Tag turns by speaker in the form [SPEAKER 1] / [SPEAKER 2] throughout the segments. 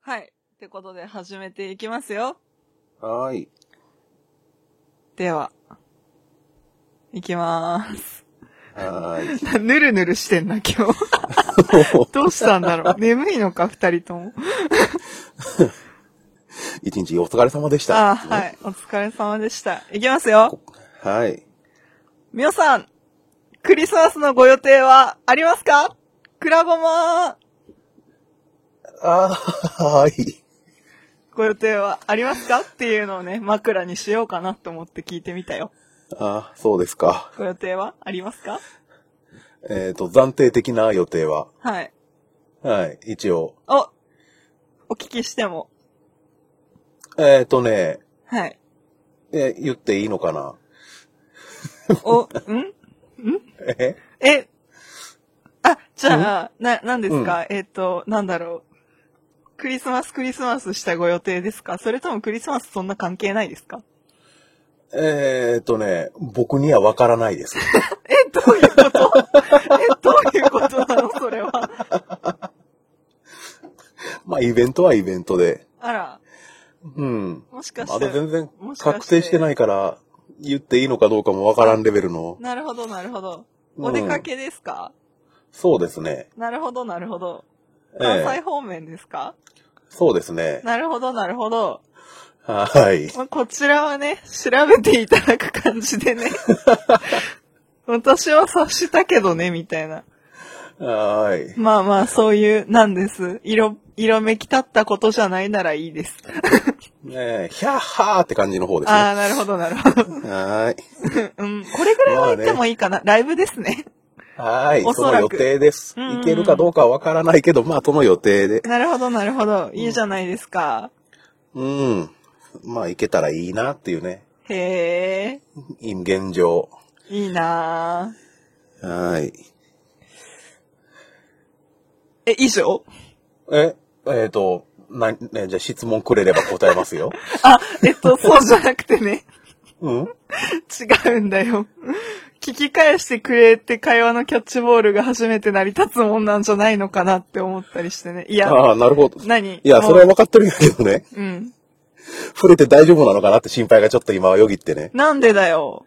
[SPEAKER 1] はい。ってことで始めていきますよ。
[SPEAKER 2] はーい。
[SPEAKER 1] では。いきまーす。
[SPEAKER 2] はー い。
[SPEAKER 1] ぬるぬるしてんな、今日。どうしたんだろう。眠いのか、二人とも。
[SPEAKER 2] 一日お疲れ様でした。
[SPEAKER 1] あーは。い。お疲れ様でした。いきますよ。
[SPEAKER 2] はい。
[SPEAKER 1] みおさん、クリスマスのご予定はありますかクラゴマ
[SPEAKER 2] あーはい。
[SPEAKER 1] ご予定はありますかっていうのをね、枕にしようかなと思って聞いてみたよ。
[SPEAKER 2] あーそうですか。
[SPEAKER 1] ご予定はありますか
[SPEAKER 2] えっ、と、暫定的な予定は。
[SPEAKER 1] はい。
[SPEAKER 2] はい、一応。
[SPEAKER 1] お、お聞きしても。
[SPEAKER 2] えっ、とね、
[SPEAKER 1] はい。
[SPEAKER 2] えー言っていいのかな
[SPEAKER 1] お、ん
[SPEAKER 2] え
[SPEAKER 1] え、あ、じゃあ、な、なんですか、えっ、と、なんだろう。クリスマスクリスマスしたご予定ですかそれともクリスマスそんな関係ないですか
[SPEAKER 2] えっ、とね、僕にはわからない です。
[SPEAKER 1] え、どういうこと え、どういうことなのそれは。
[SPEAKER 2] まあ、イベントはイベントで。
[SPEAKER 1] あら、
[SPEAKER 2] うん。
[SPEAKER 1] もしか
[SPEAKER 2] ま
[SPEAKER 1] し
[SPEAKER 2] だ
[SPEAKER 1] て。
[SPEAKER 2] 全然
[SPEAKER 1] もしかして
[SPEAKER 2] 確定してないから、言っていいのかどうかもわからんレベルの。
[SPEAKER 1] なるほど、なるほど。
[SPEAKER 2] うん
[SPEAKER 1] お出かけですか、
[SPEAKER 2] そうですね。
[SPEAKER 1] なるほど、なるほど。
[SPEAKER 2] え
[SPEAKER 1] 関
[SPEAKER 2] ー
[SPEAKER 1] 西方面ですか、
[SPEAKER 2] そうですね。
[SPEAKER 1] なるほど、なるほど。
[SPEAKER 2] はい。
[SPEAKER 1] まあ、こちらはね、調べていただく感じで ね。私は察したけどね、みたいな。
[SPEAKER 2] はーい。
[SPEAKER 1] まあまあ、そういう、なんです。色、色めき立ったことじゃないならいいです。
[SPEAKER 2] ねえ、ヒャッハーって感じの方ですね。
[SPEAKER 1] ああ、なるほど、なるほど。
[SPEAKER 2] はーい。
[SPEAKER 1] うん、これぐらいは言ってもいいかな。ライブですね。
[SPEAKER 2] はー
[SPEAKER 1] お
[SPEAKER 2] い。
[SPEAKER 1] そ
[SPEAKER 2] そ
[SPEAKER 1] らく
[SPEAKER 2] の予定です。
[SPEAKER 1] うんうん
[SPEAKER 2] 行けるかどうかはわからないけど、まあ、その予定で。
[SPEAKER 1] なるほど、なるほど。いいじゃないですか。
[SPEAKER 2] うん。まあ、行けたらいいなっていうね。
[SPEAKER 1] へえ、
[SPEAKER 2] 今現状。
[SPEAKER 1] いいなー
[SPEAKER 2] はーい。
[SPEAKER 1] え、以上
[SPEAKER 2] え、えっ、と、な、ね、じゃあ質問くれれば答えま すよ。
[SPEAKER 1] あ、えっと、そうじゃなくてね。
[SPEAKER 2] うん
[SPEAKER 1] 違うんだよ。聞き返してくれって会話のキャッチボールが初めて成り立つもんなんじゃないのかなって思ったりしてね。いや、
[SPEAKER 2] ああ、なるほど。
[SPEAKER 1] 何
[SPEAKER 2] いや、
[SPEAKER 1] もう
[SPEAKER 2] それは分かってるんやけどね。
[SPEAKER 1] うん。
[SPEAKER 2] 触れて大丈夫なのかなって心配がちょっと今はよぎってね。
[SPEAKER 1] なんでだよ。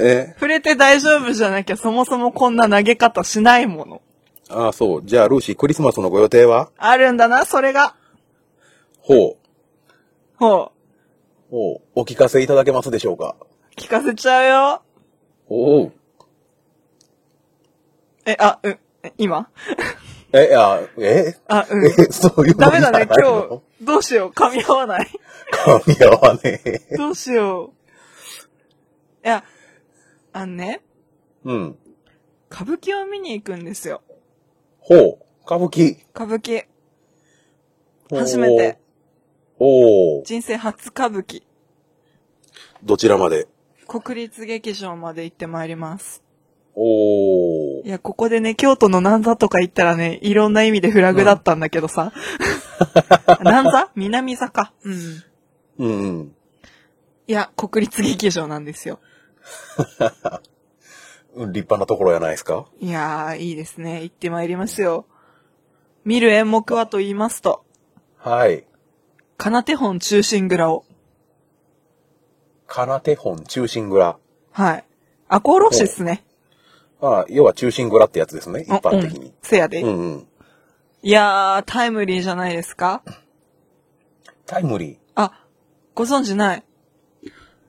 [SPEAKER 2] え、
[SPEAKER 1] 触れて大丈夫じゃなきゃそもそもこんな投げ方しないもの。
[SPEAKER 2] ああ、そう。じゃあ、ルーシー、クリスマスのご予定は
[SPEAKER 1] あるんだな、それが。
[SPEAKER 2] ほう。
[SPEAKER 1] ほ
[SPEAKER 2] ほう。お聞かせいただけますでしょうか
[SPEAKER 1] う。聞かせちゃうよ。
[SPEAKER 2] おう。
[SPEAKER 1] え、あ、うん。え今
[SPEAKER 2] え、あ、え、
[SPEAKER 1] あ、うん。
[SPEAKER 2] え、そういうの
[SPEAKER 1] ダメだね、
[SPEAKER 2] じゃない
[SPEAKER 1] 今
[SPEAKER 2] の。
[SPEAKER 1] 日。どうしよう、噛み合わない。
[SPEAKER 2] 噛み合わねえ。
[SPEAKER 1] どうしよう。いや、あのね、
[SPEAKER 2] うん。
[SPEAKER 1] 歌舞伎を見に行くんですよ。
[SPEAKER 2] ほう。歌舞伎。
[SPEAKER 1] 歌舞伎。
[SPEAKER 2] ほう
[SPEAKER 1] 初めて。。
[SPEAKER 2] おお。
[SPEAKER 1] 人生初歌舞伎。
[SPEAKER 2] どちらまで。
[SPEAKER 1] 国立劇場まで行ってまいります。
[SPEAKER 2] おお
[SPEAKER 1] い。や、ここでね、京都の南座とか行ったらね、いろんな意味でフラグだったんだけどさ。南座南座か。うん。
[SPEAKER 2] うん。
[SPEAKER 1] いや、国立劇場なんですよ。
[SPEAKER 2] うん。立派なところやないですか
[SPEAKER 1] いやー、いいですね。行ってまいりますよ。見る演目はと言いますと、
[SPEAKER 2] はい。
[SPEAKER 1] かなて本中心蔵を。
[SPEAKER 2] かなて本中心蔵。
[SPEAKER 1] はい。赤穂浪士っすね。
[SPEAKER 2] ああ、要は中心蔵ってやつですね。一
[SPEAKER 1] お
[SPEAKER 2] 般的
[SPEAKER 1] うん
[SPEAKER 2] に。
[SPEAKER 1] せやで、
[SPEAKER 2] うんうん。
[SPEAKER 1] いやー、タイムリーじゃないですか
[SPEAKER 2] タイムリー。
[SPEAKER 1] あ、ご存知ない。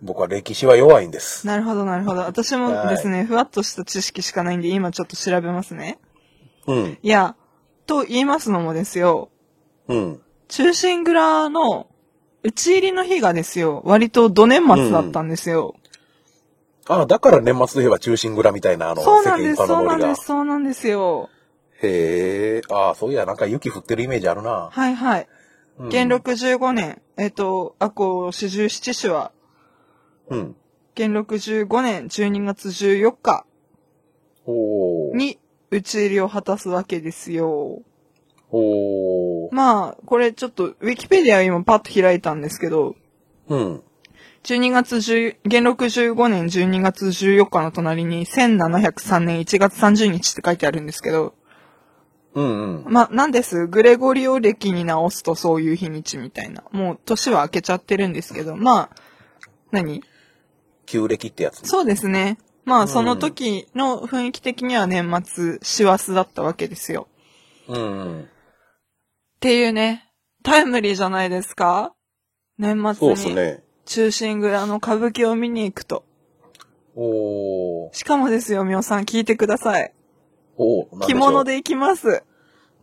[SPEAKER 2] 僕は歴史は弱いんです。
[SPEAKER 1] なるほど、なるほど。私もですね、ふわっとした知識しかないんで、今ちょっと調べますね。
[SPEAKER 2] うん。
[SPEAKER 1] いや、と言いますのもですよ、
[SPEAKER 2] うん。
[SPEAKER 1] 中心蔵の打ち入りの日がですよ、割と土年末だったんですよ。
[SPEAKER 2] ああ、だから年末といえば中心蔵みたいな、あの、
[SPEAKER 1] そうなんです、
[SPEAKER 2] 世間一般
[SPEAKER 1] そ
[SPEAKER 2] の
[SPEAKER 1] う
[SPEAKER 2] ノ
[SPEAKER 1] な
[SPEAKER 2] リ
[SPEAKER 1] んで
[SPEAKER 2] が
[SPEAKER 1] す、。そうなんですよ。
[SPEAKER 2] へえ、ああ、そういや、なんか雪降ってるイメージあるな。
[SPEAKER 1] はいはい。
[SPEAKER 2] うん
[SPEAKER 1] 元。禄15年、えっと、あこ四十七種は、
[SPEAKER 2] うん。
[SPEAKER 1] 元禄15年12月14日
[SPEAKER 2] おー。
[SPEAKER 1] に打ち入りを果たすわけですよ。
[SPEAKER 2] おー。
[SPEAKER 1] まあ、これちょっと、ウィキペディアを今パッと開いたんですけど、
[SPEAKER 2] うん。
[SPEAKER 1] 12月10、元禄15年12月14日の隣に1703年1月30日って書いてあるんですけど、
[SPEAKER 2] うんうん。
[SPEAKER 1] ま、なんですグレゴリオ歴に直すとそういう日にちみたいな。もう年は明けちゃってるんですけど、まあ、何
[SPEAKER 2] 旧暦ってやつ。
[SPEAKER 1] そうですね。ま
[SPEAKER 2] うん
[SPEAKER 1] あ、その時の雰囲気的には年末、師走だったわけですよ。っ
[SPEAKER 2] うんうん。
[SPEAKER 1] ていうね、タイムリーじゃないですか年
[SPEAKER 2] そうです
[SPEAKER 1] 末に
[SPEAKER 2] ね。
[SPEAKER 1] 中心蔵の歌舞伎を見に行くと。
[SPEAKER 2] おー。
[SPEAKER 1] しかもですよ、みおさん、聞いてください。
[SPEAKER 2] おー。なんしょう
[SPEAKER 1] 着物。で行きます。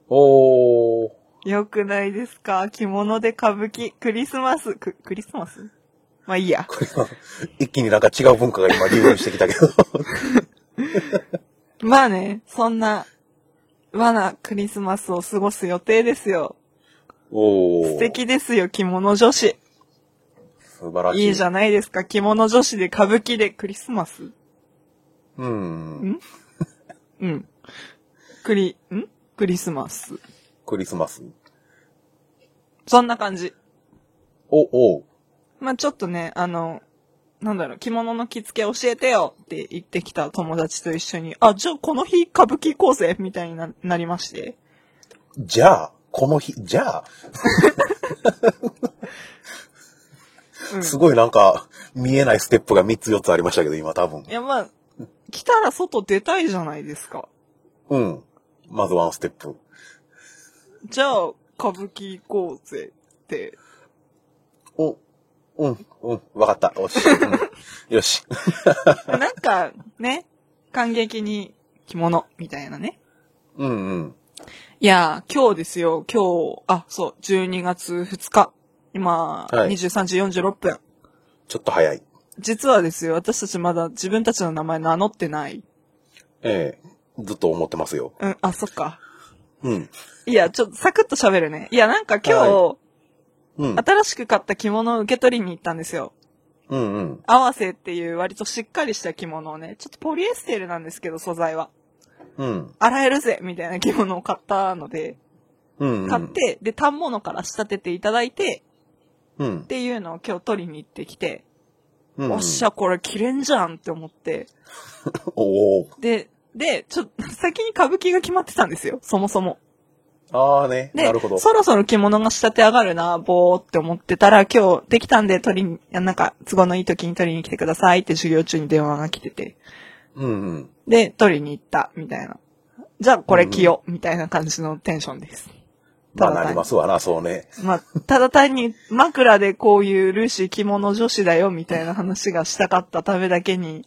[SPEAKER 2] おー。
[SPEAKER 1] よくないですか着物で歌舞伎、クリスマス、ク、クリスマスまあいいや。
[SPEAKER 2] 一気になんか違う文化が今流入してきたけど。
[SPEAKER 1] まあね、そんな、わなクリスマスを過ごす予定ですよ。
[SPEAKER 2] おー。
[SPEAKER 1] 素。敵ですよ、着物女子。
[SPEAKER 2] 素晴らしい。
[SPEAKER 1] いいじゃないですか。着物女子で歌舞伎でクリスマス
[SPEAKER 2] うん。
[SPEAKER 1] うん。クリ、んクリスマス。
[SPEAKER 2] クリスマス。
[SPEAKER 1] そんな感じ。
[SPEAKER 2] お、お
[SPEAKER 1] まあ、ちょっとね、あの、なんだろう、着物の着付け教えてよって言ってきた友達と一緒に、あ、じゃあこの日歌舞伎行こうぜみたいにななりまして。
[SPEAKER 2] じゃあ、この日、じゃあ、
[SPEAKER 1] うん。
[SPEAKER 2] すごいなんか、見えないステップが3つ4つありましたけど、今多分
[SPEAKER 1] い。や、まあ、来たら外出たいじゃないですか。
[SPEAKER 2] うん。まずワンステップ。
[SPEAKER 1] じゃあ、歌舞伎行こうぜって。
[SPEAKER 2] お、うん、うん、わかった。よし。 うん、よし。
[SPEAKER 1] なんか、ね、感激に着物みたいなね。
[SPEAKER 2] うんうん。
[SPEAKER 1] いやー、今日ですよ、今日、あ、そう、12月2日。今、
[SPEAKER 2] はい
[SPEAKER 1] 23時46分。
[SPEAKER 2] ちょっと早い。
[SPEAKER 1] 実はですよ、私たちまだ自分たちの名前名乗ってない。
[SPEAKER 2] ええずっと思ってますよ。
[SPEAKER 1] うん、あ、そっか。
[SPEAKER 2] うん。
[SPEAKER 1] いや、ちょっとサクッと喋るね。いや、なんか今日、
[SPEAKER 2] はうん。
[SPEAKER 1] 新しく買った着物を受け取りに行ったんですよ。
[SPEAKER 2] うんうん。
[SPEAKER 1] 合わせっていう割としっかりした着物をね、ちょっとポリエステルなんですけど、素材は。
[SPEAKER 2] うん。
[SPEAKER 1] 洗えるぜみたいな着物を買ったので、
[SPEAKER 2] うん、うん。
[SPEAKER 1] 買っ。て、で、反物から仕立てていただいて、
[SPEAKER 2] うん
[SPEAKER 1] っ。ていうのを今日取りに行ってきて、
[SPEAKER 2] うん、
[SPEAKER 1] おっしゃ、これ着れんじゃんって思って。
[SPEAKER 2] おー。
[SPEAKER 1] で、で、ちょっと、先に歌舞伎が決まってたんですよ、そもそも。
[SPEAKER 2] あーね。
[SPEAKER 1] で
[SPEAKER 2] なるほ、ど。
[SPEAKER 1] そろそろ着物が仕立て上がるな、ぼーって思ってたら、今日できたんで取りに、なんか、都合のいい時に取りに来てくださいって授業中に電話が来てて。
[SPEAKER 2] うんうん。
[SPEAKER 1] で、取りに行った、みたいな。じゃあこれ着よう、みたいな感じのテンションです。
[SPEAKER 2] まあ
[SPEAKER 1] ただ
[SPEAKER 2] なりますわな、そうね。
[SPEAKER 1] まあ、ただ単に枕でこういうルーシー着物女子だよ、みたいな話がしたかったためだけに、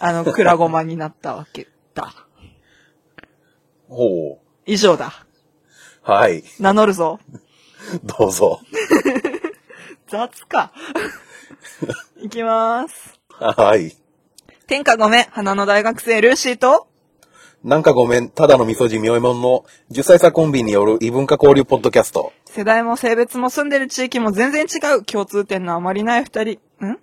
[SPEAKER 1] あの、くらごまになったわけだ。
[SPEAKER 2] おー。
[SPEAKER 1] 以上だ。
[SPEAKER 2] はい。
[SPEAKER 1] 名乗るぞ。
[SPEAKER 2] どうぞ。
[SPEAKER 1] 雑 か。いきまーす。
[SPEAKER 2] はい。
[SPEAKER 1] 天下ごめん、花の大学生ルーシーと、
[SPEAKER 2] なんかごめん、ただの味噌汁みおいもんの10歳差コンビによる異文化交流ポッドキャスト。
[SPEAKER 1] 世代も性別も住んでる地域も全然違う共通点のあまりない二人、ん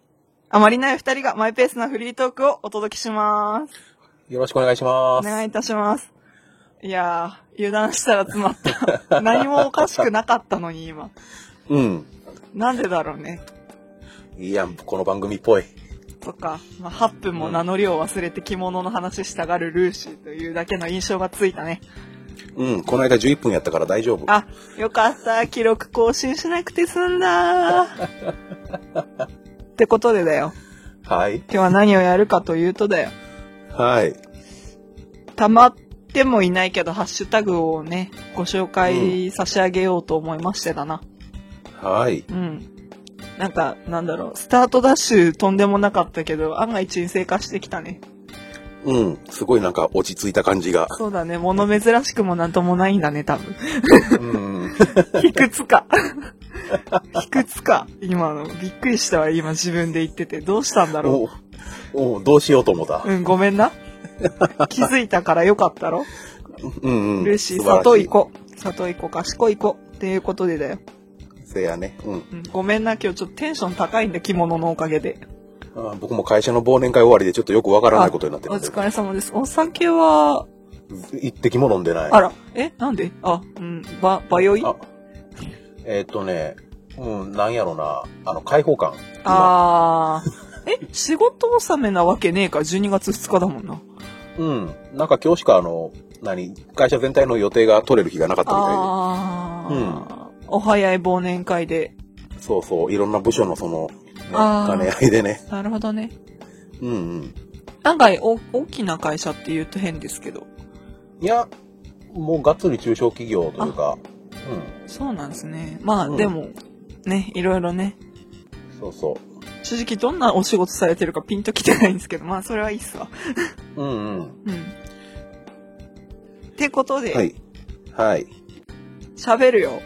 [SPEAKER 1] あまりない二人がマイペースなフリートークをお届けします。
[SPEAKER 2] よろしくお願いしま
[SPEAKER 1] お
[SPEAKER 2] す。
[SPEAKER 1] 願いいたします。いやー、油断したら詰まった。 何もおかしくなかったのに今。
[SPEAKER 2] うん。
[SPEAKER 1] なんでだろうね。
[SPEAKER 2] いいやん、この番組っぽい。
[SPEAKER 1] そっか、まあ、8分も名乗りを忘れて着物の話したがるルーシーというだけの印象がついたね。
[SPEAKER 2] うん、この間11分やったから大丈夫。
[SPEAKER 1] あ、よかった。記録更新しなくて済んだ。 ってことでだよ。
[SPEAKER 2] はい。
[SPEAKER 1] 今日は何をやるかというとだよ。
[SPEAKER 2] はい。
[SPEAKER 1] たまってもいないけど、ハッシュタグをね、ご紹介差し上げようと思いましてだな。
[SPEAKER 2] はい。
[SPEAKER 1] うん。なんか、なんだろう、スタートダッシュとんでもなかったけど、案外沈静化してきたね。
[SPEAKER 2] うん、すごいなんか落ち着いた感じが。
[SPEAKER 1] そうだね、物珍しくもなんともないんだね、多分。
[SPEAKER 2] うん。
[SPEAKER 1] 卑屈か。 卑屈か。今の、びっくりしたわ、今自分で言ってて。どうしたんだろう。
[SPEAKER 2] おおどうしようと思った。
[SPEAKER 1] うん、ごめん な。気づいたからよかったろ。
[SPEAKER 2] うんうん。
[SPEAKER 1] ルーシー、
[SPEAKER 2] 素晴
[SPEAKER 1] 砂
[SPEAKER 2] らしい
[SPEAKER 1] 糖いこ。砂糖いこ、賢いこ。っていうことでだよ。
[SPEAKER 2] せやね。うん
[SPEAKER 1] うん、ごめんな、今日ちょっとテンション高いんだ、着物のおかげで。
[SPEAKER 2] あ。僕も会社の忘年会終わりでちょっとよくわからないことになって
[SPEAKER 1] あ
[SPEAKER 2] る
[SPEAKER 1] お
[SPEAKER 2] んで。
[SPEAKER 1] 疲れ様です。お酒は、
[SPEAKER 2] 一滴も飲んでない。
[SPEAKER 1] あら、え、なんであ、うん、ば、ばよい
[SPEAKER 2] あえーっとね、うん、なんやろな、あの、開放感。
[SPEAKER 1] あー。え、仕事納めなわけねえか、12月2日だもんな。
[SPEAKER 2] 今うん。なんか今日しかあの、何、会社全体の予定が取れる日がなかったみたいで。
[SPEAKER 1] ああ、お早い忘年会で。
[SPEAKER 2] そうそう、いろんな部署のその、ね、
[SPEAKER 1] あー
[SPEAKER 2] 兼ね合いでね。
[SPEAKER 1] なるほどね。
[SPEAKER 2] うんうん。
[SPEAKER 1] 案外お、大きな会社って言うと変ですけど。
[SPEAKER 2] いや、もうがっつり中小企業というか、
[SPEAKER 1] そうなんですね。まあ、
[SPEAKER 2] うん
[SPEAKER 1] でも、ね、いろいろね。
[SPEAKER 2] うん、そうそう。
[SPEAKER 1] 正直どんなお仕事されてるかピンときてないんですけど、まあ、それはいいっすわ。
[SPEAKER 2] うんうん。
[SPEAKER 1] うん。ってこと
[SPEAKER 2] は
[SPEAKER 1] で、
[SPEAKER 2] い。はい。
[SPEAKER 1] 喋、るよ。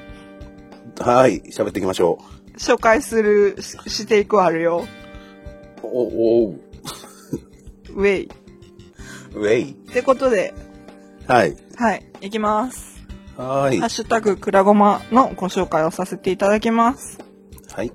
[SPEAKER 2] はい。喋っていきましょ
[SPEAKER 1] 紹介する、ししていくあるよ。
[SPEAKER 2] う。お、おう、
[SPEAKER 1] ウェイ。
[SPEAKER 2] ウェイ。
[SPEAKER 1] ってことで、
[SPEAKER 2] はい。
[SPEAKER 1] はい、いきます。
[SPEAKER 2] はーい
[SPEAKER 1] ハッ。シュタグ、くらごまのご紹介をさせていただきます。
[SPEAKER 2] はい。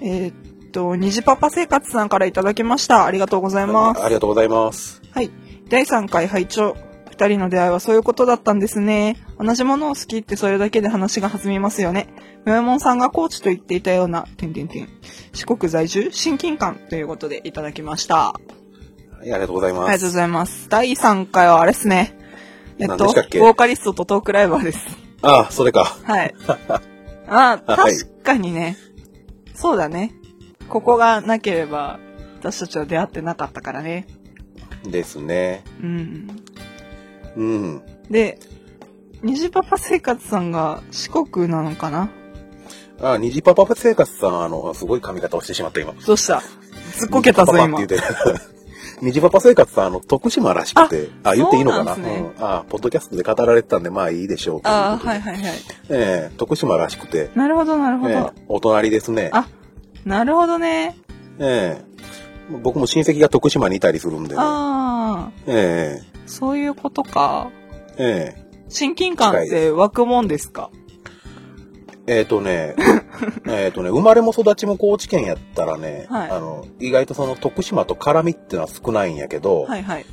[SPEAKER 1] えーっと、にじパパ生活さんからいただきました。ありがとうございます。
[SPEAKER 2] ありがとうございます。
[SPEAKER 1] はい。第3回拝聴。二人の出会いはそういうことだったんですね。同じものを好きってそれだけで話が弾みますよね。むやもんさんがコーチと言っていたような、てんてんてん。四国在住親近感ということでいただきました。あ
[SPEAKER 2] はい、ありがとうござい
[SPEAKER 1] り
[SPEAKER 2] ま
[SPEAKER 1] がとう
[SPEAKER 2] す。
[SPEAKER 1] ございます。第3回はあれですね。えっと、
[SPEAKER 2] 何で
[SPEAKER 1] ボ
[SPEAKER 2] したっけ
[SPEAKER 1] ーカリストとトークライバーです。
[SPEAKER 2] ああ、それか。
[SPEAKER 1] はい。あ、
[SPEAKER 2] はい
[SPEAKER 1] 確かにね。そうだね。ここがなければ、私たちは出会ってなかったからね。
[SPEAKER 2] ですね。
[SPEAKER 1] うん。
[SPEAKER 2] うん。
[SPEAKER 1] で、虹パパ生活さんが四国なのかな
[SPEAKER 2] ああ、虹パパ生活さん、あの、すごい髪型をしてしまった、今。
[SPEAKER 1] どうしたずっこけたぞ、今。
[SPEAKER 2] 虹パパって言って。 虹パパ生活さん、あの、徳島らしくて。あ、言っていいのかな
[SPEAKER 1] そうなんですね
[SPEAKER 2] うんああ、ポッドキャストで語られてたんで、まあいいでしょう。。
[SPEAKER 1] ああ、はいいはいはい。
[SPEAKER 2] ええ徳島らしくて。
[SPEAKER 1] なるほど、なるほ
[SPEAKER 2] ええ
[SPEAKER 1] ど。
[SPEAKER 2] お隣ですね。
[SPEAKER 1] あ、なるほどね。
[SPEAKER 2] ええ僕も親戚が徳島にいたりするんでね。
[SPEAKER 1] ああ、
[SPEAKER 2] え
[SPEAKER 1] そういうことか。
[SPEAKER 2] えええ
[SPEAKER 1] 親近感って湧くもんですか
[SPEAKER 2] えー とね、えーとね、生まれも育ちも高知県やったらね、
[SPEAKER 1] はい
[SPEAKER 2] あの、意外とその徳島と絡みっていうのは少ないんやけど、
[SPEAKER 1] はいはい。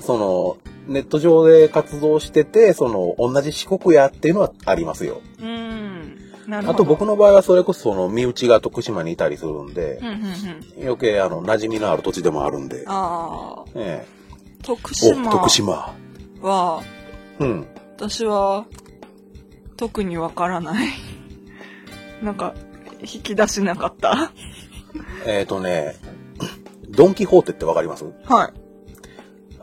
[SPEAKER 2] その、ネット上で活動してて、その、同じ四国やっていうのはありますよ。
[SPEAKER 1] うーん。なるほど。
[SPEAKER 2] あと僕の場合はそれこそその、身内が徳島にいたりするんで
[SPEAKER 1] うん、うんうん。
[SPEAKER 2] 余計あの、馴染みのある土地でもあるんで、
[SPEAKER 1] ああ、
[SPEAKER 2] え
[SPEAKER 1] 徳
[SPEAKER 2] え
[SPEAKER 1] 島
[SPEAKER 2] お、徳島。
[SPEAKER 1] は、
[SPEAKER 2] うん。
[SPEAKER 1] 私は、特にわからない。 なんか、引き出しなかった。
[SPEAKER 2] えーとね、ドンキホーテってわかります
[SPEAKER 1] はい。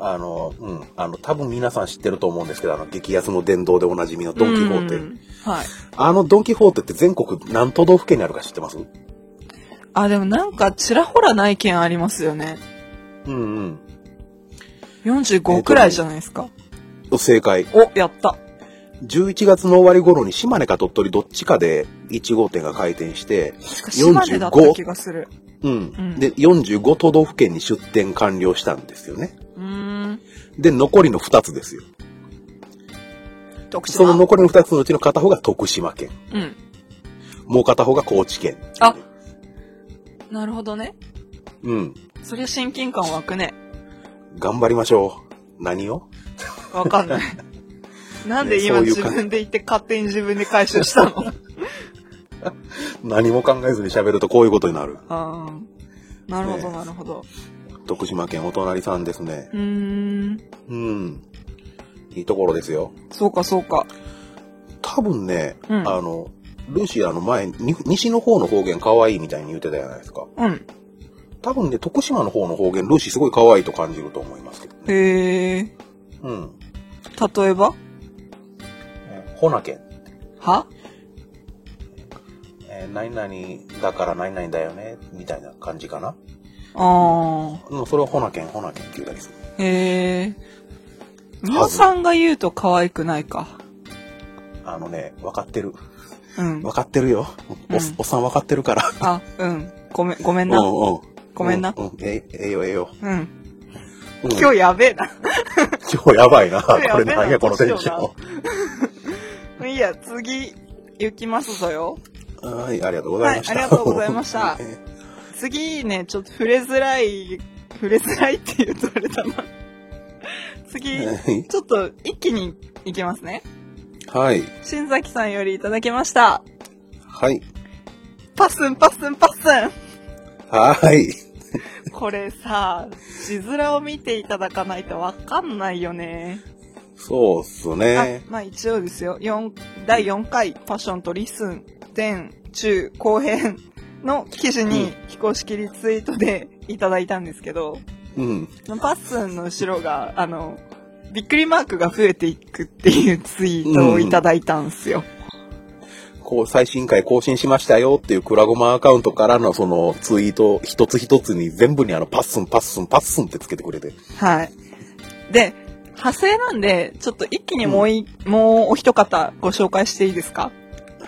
[SPEAKER 2] あの、うん、あの、多分皆さん知ってると思うんですけど、あの、激安の殿堂でおなじみのドン・キホー
[SPEAKER 1] う
[SPEAKER 2] テ。
[SPEAKER 1] んはい。
[SPEAKER 2] あのドン・キホーテって全国何都道府県にあるか知ってますう
[SPEAKER 1] あ、でもなんかちらほらない県ありますよね。
[SPEAKER 2] んうん。
[SPEAKER 1] 45くらいじゃないですか。
[SPEAKER 2] 正解。
[SPEAKER 1] お、やった。
[SPEAKER 2] 11月の終わり頃に島根か鳥取どっちかで1号店が開店して、
[SPEAKER 1] 確か島根だった気がする。
[SPEAKER 2] うん。
[SPEAKER 1] ん
[SPEAKER 2] で、45都道府県に出店完了したんですよね。
[SPEAKER 1] うーん。
[SPEAKER 2] で、残りの2つですよ。
[SPEAKER 1] 徳
[SPEAKER 2] その
[SPEAKER 1] 島。
[SPEAKER 2] 残りの2つのうちの片方が徳島県。
[SPEAKER 1] うん。
[SPEAKER 2] もう片方が高知県。
[SPEAKER 1] あなるほどね。
[SPEAKER 2] うん。
[SPEAKER 1] そりゃ親近感湧くね。
[SPEAKER 2] 頑張りましょう。何を
[SPEAKER 1] わかん ない。なんで今
[SPEAKER 2] ねそういう
[SPEAKER 1] 自
[SPEAKER 2] 感じ
[SPEAKER 1] 分で言って勝手に自分で回収した の
[SPEAKER 2] 何も考えずに喋るとこういうことになる。
[SPEAKER 1] あーなるほど、
[SPEAKER 2] ね
[SPEAKER 1] なるほど。
[SPEAKER 2] 徳島県お隣さんですね。
[SPEAKER 1] うーん。
[SPEAKER 2] うん。いいところですよ。
[SPEAKER 1] そうか、そうか。
[SPEAKER 2] 多分ね、
[SPEAKER 1] うん
[SPEAKER 2] あの、ルーシーあの前に、西の方の方言可愛いみたいに言ってたじゃないですか。
[SPEAKER 1] うん。
[SPEAKER 2] 多分ね、徳島の方の方言、ルーシーすごい可愛いと感じると思いますけどね。
[SPEAKER 1] へえ。
[SPEAKER 2] うん。
[SPEAKER 1] 例えば
[SPEAKER 2] えほなけん。
[SPEAKER 1] は
[SPEAKER 2] えー何々だから何々だよね、みたいな感じかな。
[SPEAKER 1] あ
[SPEAKER 2] うん、それをほなけん、ほなけんって言ったりする。
[SPEAKER 1] あ。へえ。みおさんが言うと可愛くないか。
[SPEAKER 2] あのね、分かってる。
[SPEAKER 1] うん
[SPEAKER 2] 分。かってるよ。お,、
[SPEAKER 1] うん
[SPEAKER 2] おっさん分かってるから。
[SPEAKER 1] あ、うん。ごめん、ごめんな。
[SPEAKER 2] うう
[SPEAKER 1] ごめんな
[SPEAKER 2] ううええええよ、ええよ。
[SPEAKER 1] うん。
[SPEAKER 2] うん
[SPEAKER 1] 今日やべえな。
[SPEAKER 2] 今日やばいな。こ
[SPEAKER 1] 今日やべえ
[SPEAKER 2] れ
[SPEAKER 1] な
[SPEAKER 2] 何や、このテンシ
[SPEAKER 1] ど
[SPEAKER 2] ョ
[SPEAKER 1] いいや、次、行きますぞよ。
[SPEAKER 2] ン。はい、ありがとうございました。
[SPEAKER 1] はいありがとうございました
[SPEAKER 2] え
[SPEAKER 1] 次ね、ちょっと触れづらい、触れづらいって言うとあれだな。次、
[SPEAKER 2] ー
[SPEAKER 1] ちょっと一気に行きますね。
[SPEAKER 2] はい。
[SPEAKER 1] 新崎さんよりいただきました。
[SPEAKER 2] はい。
[SPEAKER 1] パスンパスンパスン
[SPEAKER 2] はい。
[SPEAKER 1] これさ、字面を見ていただかないとわかんないよね。
[SPEAKER 2] そうっすね。
[SPEAKER 1] あまあ一応ですよ四第4回「パッションとリスン」前中後編の記事に非公式リツイートでいただいたんですけど、
[SPEAKER 2] うん。
[SPEAKER 1] パッスンの後ろがあのびっくりマークが増えていくっていうツイートをいただいたんですよ。
[SPEAKER 2] こう、最新回更新しましたよっていうクラゴマアカウントからのそのツイート一つ一つに全部にあのパッスンパッスンパッスンってつけてくれて。
[SPEAKER 1] はい。で、派生なんで、ちょっと一気にもうい、もうお一方ご紹介していいですか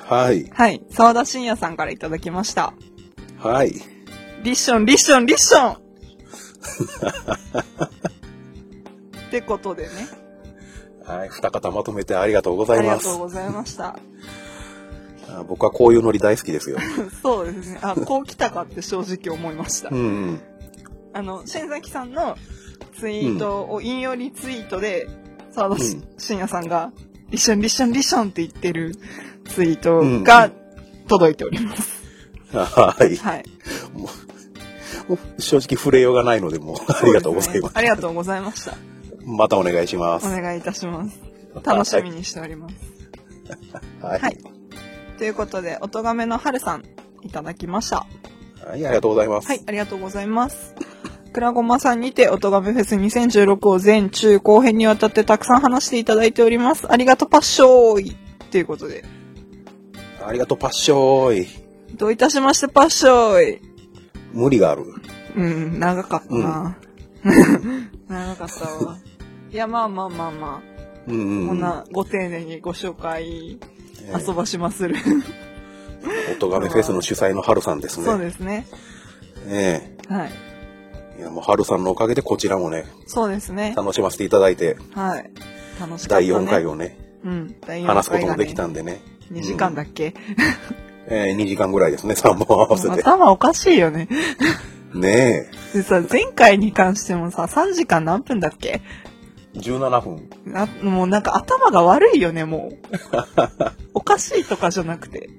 [SPEAKER 2] はい。
[SPEAKER 1] はい。沢田信也さんからいただきました。
[SPEAKER 2] はい。
[SPEAKER 1] リッション、リッション、リッシ ョンってことでね。
[SPEAKER 2] はい。二方まとめてありがとうござ
[SPEAKER 1] あ
[SPEAKER 2] い
[SPEAKER 1] りが
[SPEAKER 2] ます
[SPEAKER 1] とう。ございました。
[SPEAKER 2] あ僕はこういうノリ大好きですよ。
[SPEAKER 1] そうですね。あ、こう来たかって正直思いました
[SPEAKER 2] う。ん。
[SPEAKER 1] あの、新崎さんのツイートを引用リツイートで、沢田し
[SPEAKER 2] うん
[SPEAKER 1] 信也さんが、リッション、リッション、リッションって言ってるツイートが届いております。
[SPEAKER 2] はい。
[SPEAKER 1] はい。
[SPEAKER 2] 正直触れようがないので、もう、ありがとうございます。
[SPEAKER 1] ありがとうございました。
[SPEAKER 2] またお願いしま
[SPEAKER 1] お
[SPEAKER 2] す。
[SPEAKER 1] 願いいたします。楽しみにしております。
[SPEAKER 2] はい。
[SPEAKER 1] はいということで、おとがめの春さん、いただきました。
[SPEAKER 2] はい、ありがとうございます。
[SPEAKER 1] はい、ありがとうございます。 くらごまさんにて、おとがめフェス2016を全中後編にわたってたくさん話していただいております。ありがとパッショーイということで、
[SPEAKER 2] ありがとう、パッショーイ。
[SPEAKER 1] どういたしましてパッショーイ
[SPEAKER 2] 無理がある。
[SPEAKER 1] うん、長かったな。 長かったわ。いや、まあまあまあま
[SPEAKER 2] うんう
[SPEAKER 1] あ、
[SPEAKER 2] ん。
[SPEAKER 1] こんなご丁寧にご紹介、
[SPEAKER 2] え
[SPEAKER 1] 遊
[SPEAKER 2] ー、
[SPEAKER 1] ばしまする。
[SPEAKER 2] おとがめフェスの主催のハルさんですね。
[SPEAKER 1] そうですね。
[SPEAKER 2] え
[SPEAKER 1] はい。
[SPEAKER 2] えいや、もうハルさんのおかげでこちらもね、
[SPEAKER 1] そうですね。
[SPEAKER 2] 楽しませていただいて、
[SPEAKER 1] はい。楽しかった、ね。
[SPEAKER 2] 第4回をね、
[SPEAKER 1] うん。第4回が、ね、
[SPEAKER 2] 話すこともできたんでね。
[SPEAKER 1] 2時間だっけ、
[SPEAKER 2] ええ2時間ぐらいですね、3本合わせて。
[SPEAKER 1] 頭おかしいよね。
[SPEAKER 2] ね
[SPEAKER 1] でさ、前回に関してもさ、3時間何分だっけ
[SPEAKER 2] え、17分。
[SPEAKER 1] なもうなんか頭が悪いよね、 もう。おかしいとかじゃなくて。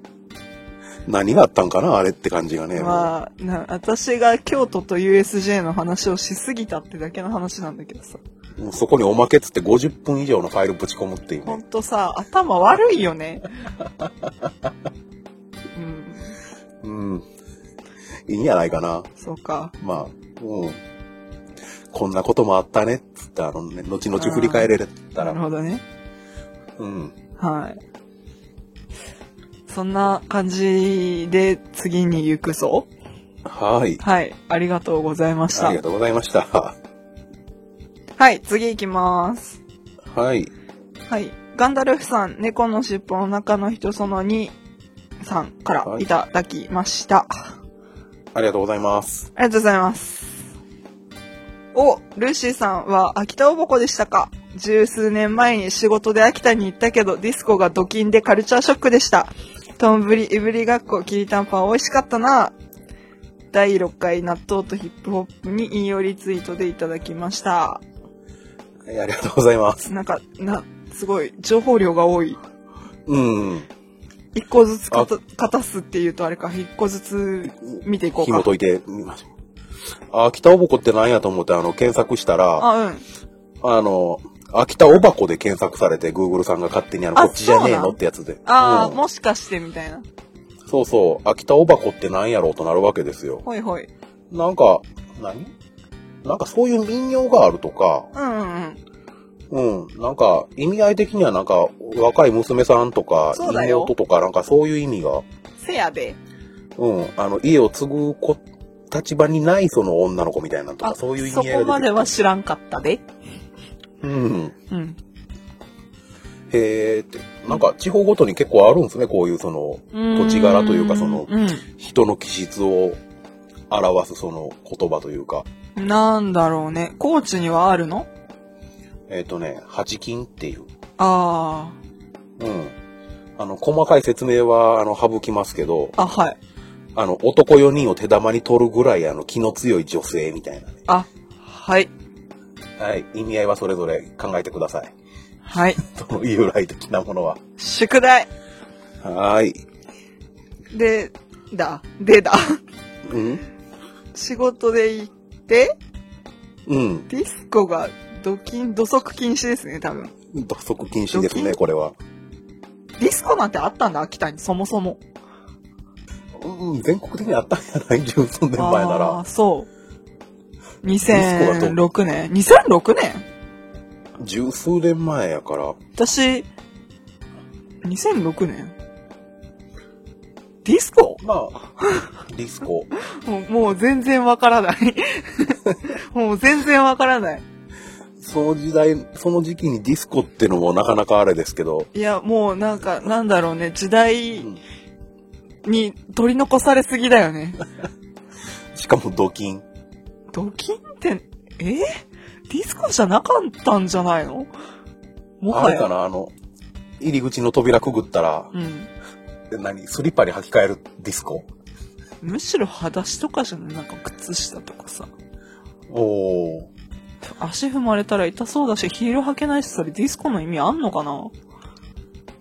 [SPEAKER 2] 何があったんかな、あれって感じがね。も
[SPEAKER 1] まあ、な私が京都と USJ の話をしすぎたってだけの話なんだけどさ。
[SPEAKER 2] うもうそこにおまけっつって50分以上のファイルぶち込むっていう
[SPEAKER 1] ほん
[SPEAKER 2] ね。
[SPEAKER 1] とさ、頭悪いよ ね。うん、
[SPEAKER 2] うん。いいんじゃないかな。
[SPEAKER 1] そうか。
[SPEAKER 2] まあ、うん。こんなこともあったねっつって、あのね、後々振り返れた
[SPEAKER 1] なる
[SPEAKER 2] ら、
[SPEAKER 1] ほどね。
[SPEAKER 2] うん。
[SPEAKER 1] はい。そんな感じで次に行くぞ。
[SPEAKER 2] はい。
[SPEAKER 1] はい。ありがとうございまし
[SPEAKER 2] あ
[SPEAKER 1] た
[SPEAKER 2] りが。とうございました。
[SPEAKER 1] はい。次行きます。
[SPEAKER 2] はい。
[SPEAKER 1] はい。ガンダルフさん、猫の尻尾の中の人その2さんから
[SPEAKER 2] はい
[SPEAKER 1] いただきました。
[SPEAKER 2] ありがとうございます。
[SPEAKER 1] ありがとうございます。お、ルーシーさんは秋田おぼこでしたか十数年前に仕事で秋田に行ったけど、ディスコがドキンでカルチャーショックでした。トンブリ、いぶりがっこ、きりたんぱん美味しかったな。第6回納豆とヒップホップに引用リツイートでいただきました。
[SPEAKER 2] はいありがとうございます。
[SPEAKER 1] なんか、な、すごい、情報量が多い。
[SPEAKER 2] うん。
[SPEAKER 1] 一個ずつかた、かたすっていうとあれか、一個ずつ見ていこう
[SPEAKER 2] 紐
[SPEAKER 1] か。
[SPEAKER 2] 解いてみましょう。あ、秋田おぼこって何やと思って、あの、検索したら、あ
[SPEAKER 1] あ、うん。
[SPEAKER 2] の、秋田おばこで検索されて、Google さんが勝手にあの、
[SPEAKER 1] あ
[SPEAKER 2] こっちじゃねえ
[SPEAKER 1] そうな
[SPEAKER 2] の
[SPEAKER 1] ん
[SPEAKER 2] ってやつで。
[SPEAKER 1] ああ、
[SPEAKER 2] うん
[SPEAKER 1] もしかしてみたいな。
[SPEAKER 2] そうそう、秋田おばこって何やろうとなるわけですよ。
[SPEAKER 1] ほいほい。
[SPEAKER 2] なんか、何なんかそういう民謡があるとか、
[SPEAKER 1] うんうんうん。
[SPEAKER 2] うん、なんか意味合い的にはなんか若い娘さんとか
[SPEAKER 1] そうだよ
[SPEAKER 2] 妹とかなんかそういう意味が、
[SPEAKER 1] せやで。
[SPEAKER 2] うん、あの家を継ぐ子立場にないその女の子みたいなのとか
[SPEAKER 1] あ、
[SPEAKER 2] そういう意味
[SPEAKER 1] そ
[SPEAKER 2] 合いが出て
[SPEAKER 1] こまでは知らんかったで。
[SPEAKER 2] うん、
[SPEAKER 1] うん。
[SPEAKER 2] へえってなんか地方ごとに結構あるんですねこういうその土地柄というかその
[SPEAKER 1] う
[SPEAKER 2] 人の気質を表すその言葉というか
[SPEAKER 1] ん。なんだろうね。高知にはあるの
[SPEAKER 2] えっ、とね「八金」っていう
[SPEAKER 1] あ
[SPEAKER 2] うん。あの、細かい説明は、あの、省きますけど、
[SPEAKER 1] あ。あ、はい。
[SPEAKER 2] あの、男4人を手玉に取るぐらい、あの、気の強い女性みたいなね。
[SPEAKER 1] あ、はい。
[SPEAKER 2] はい。意味合いはそれぞれ考えてください。
[SPEAKER 1] はい。
[SPEAKER 2] その由来的なものは。
[SPEAKER 1] 宿題。
[SPEAKER 2] はーい。
[SPEAKER 1] で、だ。でだ。
[SPEAKER 2] うん
[SPEAKER 1] 仕事で行って、
[SPEAKER 2] うん。
[SPEAKER 1] ディスコがドキン、土足禁止ですね、多分。
[SPEAKER 2] 罰則禁止ですね、これは。
[SPEAKER 1] ディスコなんてあったんだ、秋田に、そもそも。
[SPEAKER 2] うん、全国的にあったんじゃない ?13 年前な
[SPEAKER 1] あー
[SPEAKER 2] ら。
[SPEAKER 1] そう。
[SPEAKER 2] スコはどう
[SPEAKER 1] 2006年。2006年
[SPEAKER 2] 十数年前やから。
[SPEAKER 1] 私、2006年ディスコ
[SPEAKER 2] まあ、ディスコ。
[SPEAKER 1] もうもう全然わから ない。もう全然わからない。
[SPEAKER 2] その時代、その時期にディスコってのもなかなかあれですけど。
[SPEAKER 1] いや、もうなんか、なんだろうね、時代
[SPEAKER 2] うん
[SPEAKER 1] に取り残されすぎだよね。
[SPEAKER 2] しかもドキン。
[SPEAKER 1] ドキンって、えーディスコじゃなかったんじゃないのも
[SPEAKER 2] あ
[SPEAKER 1] は
[SPEAKER 2] れか
[SPEAKER 1] や。
[SPEAKER 2] なあの、入り口の扉くぐったら、
[SPEAKER 1] うん。
[SPEAKER 2] 何スリッパに履き替えるディスコ
[SPEAKER 1] むしろ裸足とかじゃないなんか靴下とかさ。
[SPEAKER 2] おー。
[SPEAKER 1] 足踏まれたら痛そうだし、ヒール履けないし、それディスコの意味あんのかな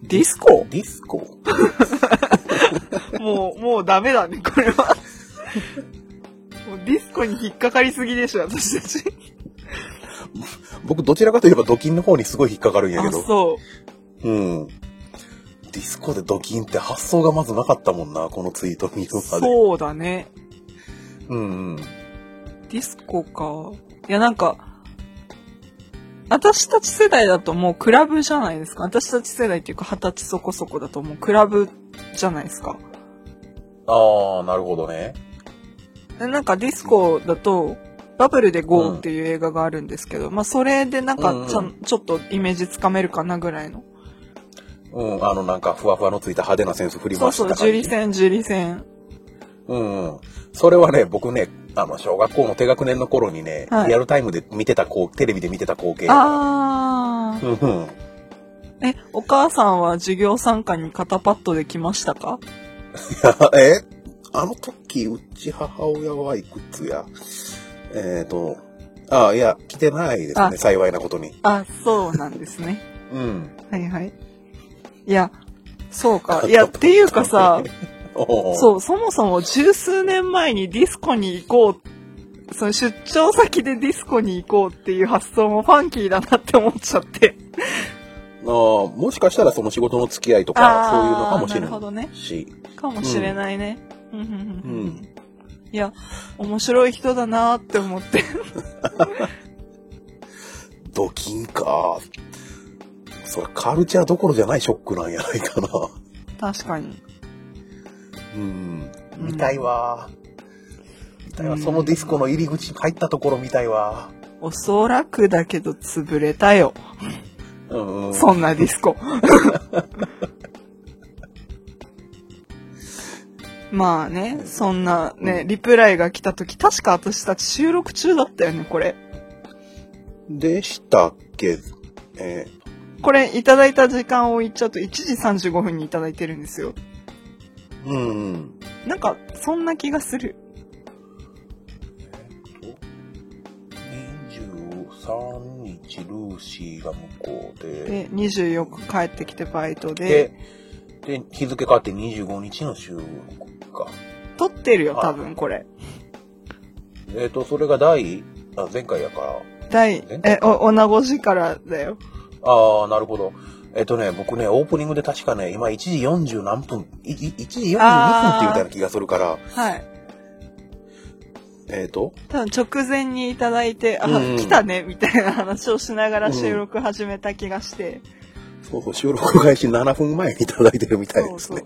[SPEAKER 1] ディスコ
[SPEAKER 2] ディスコ
[SPEAKER 1] もう、もうダメだね、これは。もうディスコに引っかかりすぎでしょ、私たち。
[SPEAKER 2] 僕どちらかといえばドキンの方にすごい引っかかるんやけ
[SPEAKER 1] あ、
[SPEAKER 2] ど。
[SPEAKER 1] そ
[SPEAKER 2] うん。ディスコでドキンって発想がまずなかったもんな、このツイート見る
[SPEAKER 1] う。
[SPEAKER 2] まで。
[SPEAKER 1] そうだね。
[SPEAKER 2] うんうん。
[SPEAKER 1] ディスコか。いや、なんか、私たち世代だともうクラブじゃないですか。私たち世代っていうか二十歳そこそこだともうクラブじゃないですか。
[SPEAKER 2] ああ、なるほどね。
[SPEAKER 1] でなんかディスコだと、バブルで GO っていう映画があるんですけど、まあそれでなん
[SPEAKER 2] うん
[SPEAKER 1] か
[SPEAKER 2] うん
[SPEAKER 1] ちゃん、ちょっとイメージつかめるかなぐらいの。
[SPEAKER 2] うん、あのなんかふわふわのついた派手なセンス振り
[SPEAKER 1] そう
[SPEAKER 2] 回して
[SPEAKER 1] そ
[SPEAKER 2] た
[SPEAKER 1] う、
[SPEAKER 2] 感じ。
[SPEAKER 1] 樹里線、樹里線。
[SPEAKER 2] うんうん。それはね、僕ね、あの、小学校の低学年の頃にね、
[SPEAKER 1] はい
[SPEAKER 2] リアルタイムで見てた光、テレビで見てた光景だか
[SPEAKER 1] あ
[SPEAKER 2] ら。うんうん。
[SPEAKER 1] ー。え、お母さんは授業参加に肩パッドで来ました か
[SPEAKER 2] えあの時、うち母親はいくつやえっ、ー、と、ああ、いや、来てないです
[SPEAKER 1] あ
[SPEAKER 2] ね、幸いなことに。
[SPEAKER 1] あ、そうなんですね。
[SPEAKER 2] うん。
[SPEAKER 1] はいはい。いや、そうか。い や、っていうかさ、
[SPEAKER 2] おう
[SPEAKER 1] そう、そもそも十数年前にディスコに行こう、その出張先でディスコに行こうっていう発想もファンキーだなって思っちゃって。
[SPEAKER 2] ああもしかしたらその仕事の付き合いとか、そういうのかもしれ
[SPEAKER 1] なるほ
[SPEAKER 2] な
[SPEAKER 1] どね。
[SPEAKER 2] いし。
[SPEAKER 1] かもしれないね。うんうんうんう
[SPEAKER 2] うん
[SPEAKER 1] んいや、面白い人だなって思って。
[SPEAKER 2] ドキンか。それカルチャーどころじゃないショックなんやないかな。
[SPEAKER 1] 確かに。
[SPEAKER 2] うん。
[SPEAKER 1] うん
[SPEAKER 2] 見たいわ。見たいわ。
[SPEAKER 1] うん
[SPEAKER 2] そのディスコの入り口入ったところ見たいわ。
[SPEAKER 1] おそらくだけど潰れたよ。
[SPEAKER 2] うんうん。
[SPEAKER 1] そんなディス コ。まあね、そんなね、リプライが来た時、確か私たち収録中だったよね、これ。
[SPEAKER 2] でしたっけえ
[SPEAKER 1] これ、いただいた時間を言っちゃうと、1時35分にいただいてるんですよ。
[SPEAKER 2] ーうんうん。
[SPEAKER 1] なんか、そんな気がする。
[SPEAKER 2] 23日ルーシーが向こうで。
[SPEAKER 1] で、24日帰ってきてバイトで、
[SPEAKER 2] で、で、日付変わって25日の収録か。
[SPEAKER 1] 撮ってるよ、
[SPEAKER 2] あ
[SPEAKER 1] 多分、これ。
[SPEAKER 2] えっ、と、それが第、あ、前回やから。
[SPEAKER 1] 第、え、お、おなご時からだよ。
[SPEAKER 2] ああ、なるほど。えっ、とね、僕ね、オープニングで確かね、今1時40何分、いい1時42分って言うたような気がするから、
[SPEAKER 1] はい。
[SPEAKER 2] えっ、と、
[SPEAKER 1] 多分直前にいただいて、あ、
[SPEAKER 2] うん
[SPEAKER 1] 来たね、みたいな話をしながら収録始めた気がして。
[SPEAKER 2] そうそう、収録開始7分前にいただいてるみたいです
[SPEAKER 1] そ
[SPEAKER 2] ね。
[SPEAKER 1] うそ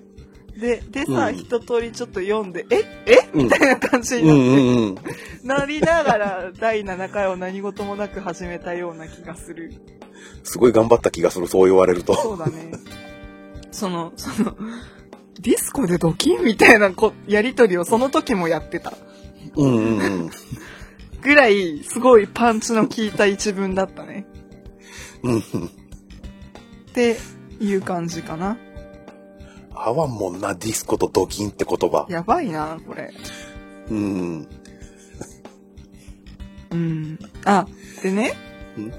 [SPEAKER 1] う。で、でさ、
[SPEAKER 2] うん
[SPEAKER 1] 一通りちょっと読んで、ええ
[SPEAKER 2] うん
[SPEAKER 1] みたいな感じ
[SPEAKER 2] う
[SPEAKER 1] に
[SPEAKER 2] んうんうん。
[SPEAKER 1] なりながら、第7回を何事もなく始めたような気がする。
[SPEAKER 2] すごい頑張った気がする、そう言われると。
[SPEAKER 1] そうだね。その、その、ディスコでドキンみたいなこやりとりをその時もやってた。
[SPEAKER 2] うんうんうん。
[SPEAKER 1] ぐらい、すごいパンチの効いた一文だったね。
[SPEAKER 2] うん
[SPEAKER 1] っていう感じかな。
[SPEAKER 2] 合わんもんな、ディスコとドキンって言葉。
[SPEAKER 1] やばいな、これ。
[SPEAKER 2] うん。
[SPEAKER 1] うん。あ、でね、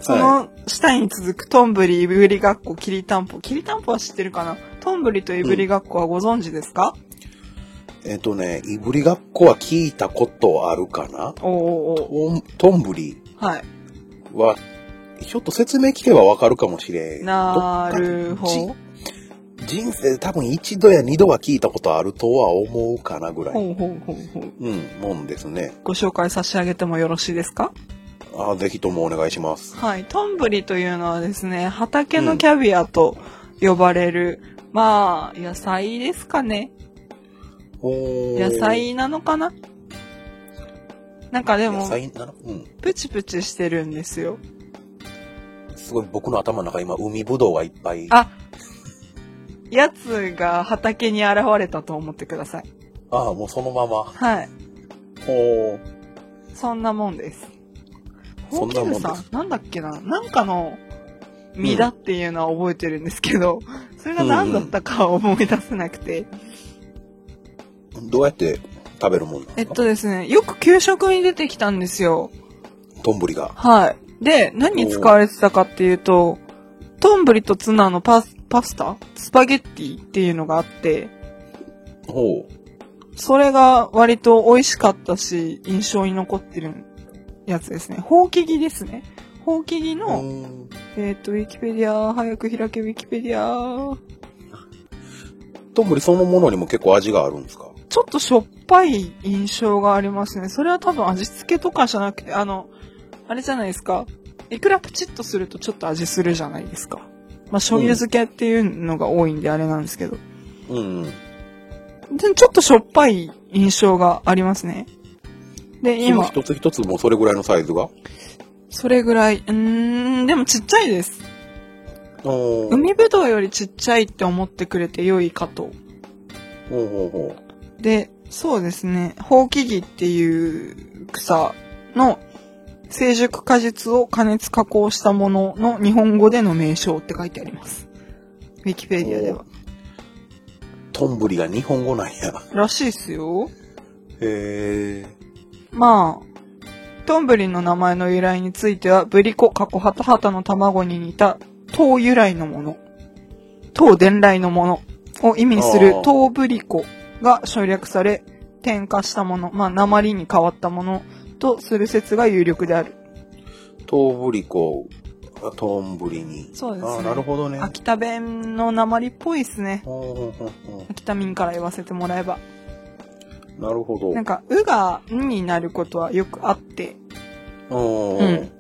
[SPEAKER 1] そ
[SPEAKER 2] は
[SPEAKER 1] の下に続くトンブリ、いぶりがっこ、きりたんぽ。きりたんぽは知ってるかなトンブリといぶりがっこはご存知ですか、
[SPEAKER 2] い、えっ、とね、いぶりがっこは聞いたことあるかな
[SPEAKER 1] おーおーお
[SPEAKER 2] トントンブリ
[SPEAKER 1] ーはい。
[SPEAKER 2] はちょっと説明聞けばわかるかもしれん。
[SPEAKER 1] なるほど。
[SPEAKER 2] 人生で多分一度や二度は聞いたことあるとは思うかなぐらい。
[SPEAKER 1] ほうほうほうほう。
[SPEAKER 2] うん、もんですね。
[SPEAKER 1] ご紹介差し上げてもよろしいですか
[SPEAKER 2] あぜひともお願いします。
[SPEAKER 1] はい。トンブリというのはですね、畑のキャビアと呼ばれる、まあ、野菜ですかね。
[SPEAKER 2] おー
[SPEAKER 1] 野菜なのかななんかで
[SPEAKER 2] 野
[SPEAKER 1] も、
[SPEAKER 2] 菜なのうん。
[SPEAKER 1] プチプチしてるんですよ。
[SPEAKER 2] すごい僕の頭の中今、海ぶどうがいっぱい。
[SPEAKER 1] あやつが畑に現れたと思ってください。
[SPEAKER 2] ああ、もうそのまま。
[SPEAKER 1] はい。
[SPEAKER 2] おー
[SPEAKER 1] そんなもんです。
[SPEAKER 2] そ
[SPEAKER 1] ホ
[SPEAKER 2] ん
[SPEAKER 1] ー
[SPEAKER 2] な
[SPEAKER 1] キ
[SPEAKER 2] もん
[SPEAKER 1] ン
[SPEAKER 2] で
[SPEAKER 1] グ
[SPEAKER 2] す
[SPEAKER 1] さん、なんだっけななんかの実だっていうのは覚えてるんですけど、それが何だったかは思い出せなくて。
[SPEAKER 2] どうやって食べるもんなん
[SPEAKER 1] え
[SPEAKER 2] で
[SPEAKER 1] っ
[SPEAKER 2] すか
[SPEAKER 1] とですね、よく給食に出てきたんですよ。
[SPEAKER 2] 丼が。
[SPEAKER 1] はい。で、何に使われてたかっていうと、トンブリとツナのパス、パスタスパゲッティっていうのがあって、
[SPEAKER 2] ほう。
[SPEAKER 1] それが割と美味しかったし、印象に残ってるやつですね。ほうきぎですね。ほうきぎの、
[SPEAKER 2] うん
[SPEAKER 1] えっ、と、ウィキペディア、早く開けウィキペディア。
[SPEAKER 2] 丼そのものにも結構味があるんですか
[SPEAKER 1] ちょっとしょっぱい印象がありますね。それは多分味付けとかじゃなくて、あの、あれじゃないですか。いくらプチッとするとちょっと味するじゃないですか。まあ、醤油漬けっていうのが多いんであれなんですけど。
[SPEAKER 2] うんうん。
[SPEAKER 1] で、ちょっとしょっぱい印象がありますね。で、
[SPEAKER 2] 今
[SPEAKER 1] 今、
[SPEAKER 2] 一つ一つもうそれぐらいのサイズが。
[SPEAKER 1] それぐらい。うーん、でもちっちゃいです。
[SPEAKER 2] おー
[SPEAKER 1] 海ぶどうよりちっちゃいって思ってくれて良いかと。
[SPEAKER 2] ほうほうほ
[SPEAKER 1] で、そうですね。ホウキギっていう草の成熟果実を加熱加工したものの日本語での名称って書いてあります。ウィキペディアでは。
[SPEAKER 2] う。丼が日本語なんや。
[SPEAKER 1] らしいっすよ。
[SPEAKER 2] へえ。
[SPEAKER 1] まあ、トンブリの名前の由来については、ブリコ、カコハタハタの卵に似た、糖由来のもの、糖伝来のものを意味する
[SPEAKER 2] あー
[SPEAKER 1] 糖ブリコが省略され、添加したもの、まあ、鉛に変わったものとする説が有力である。
[SPEAKER 2] トーブリコ、あトンブリに。
[SPEAKER 1] そうですね
[SPEAKER 2] ああ、なるほどね。
[SPEAKER 1] 秋田弁の鉛っぽいですね。
[SPEAKER 2] ほうほうほうほ
[SPEAKER 1] 秋田民から言わせてもらえば。
[SPEAKER 2] うなるほど。
[SPEAKER 1] なんか、うが、んになることはよくあって、
[SPEAKER 2] お
[SPEAKER 1] う
[SPEAKER 2] ー
[SPEAKER 1] ん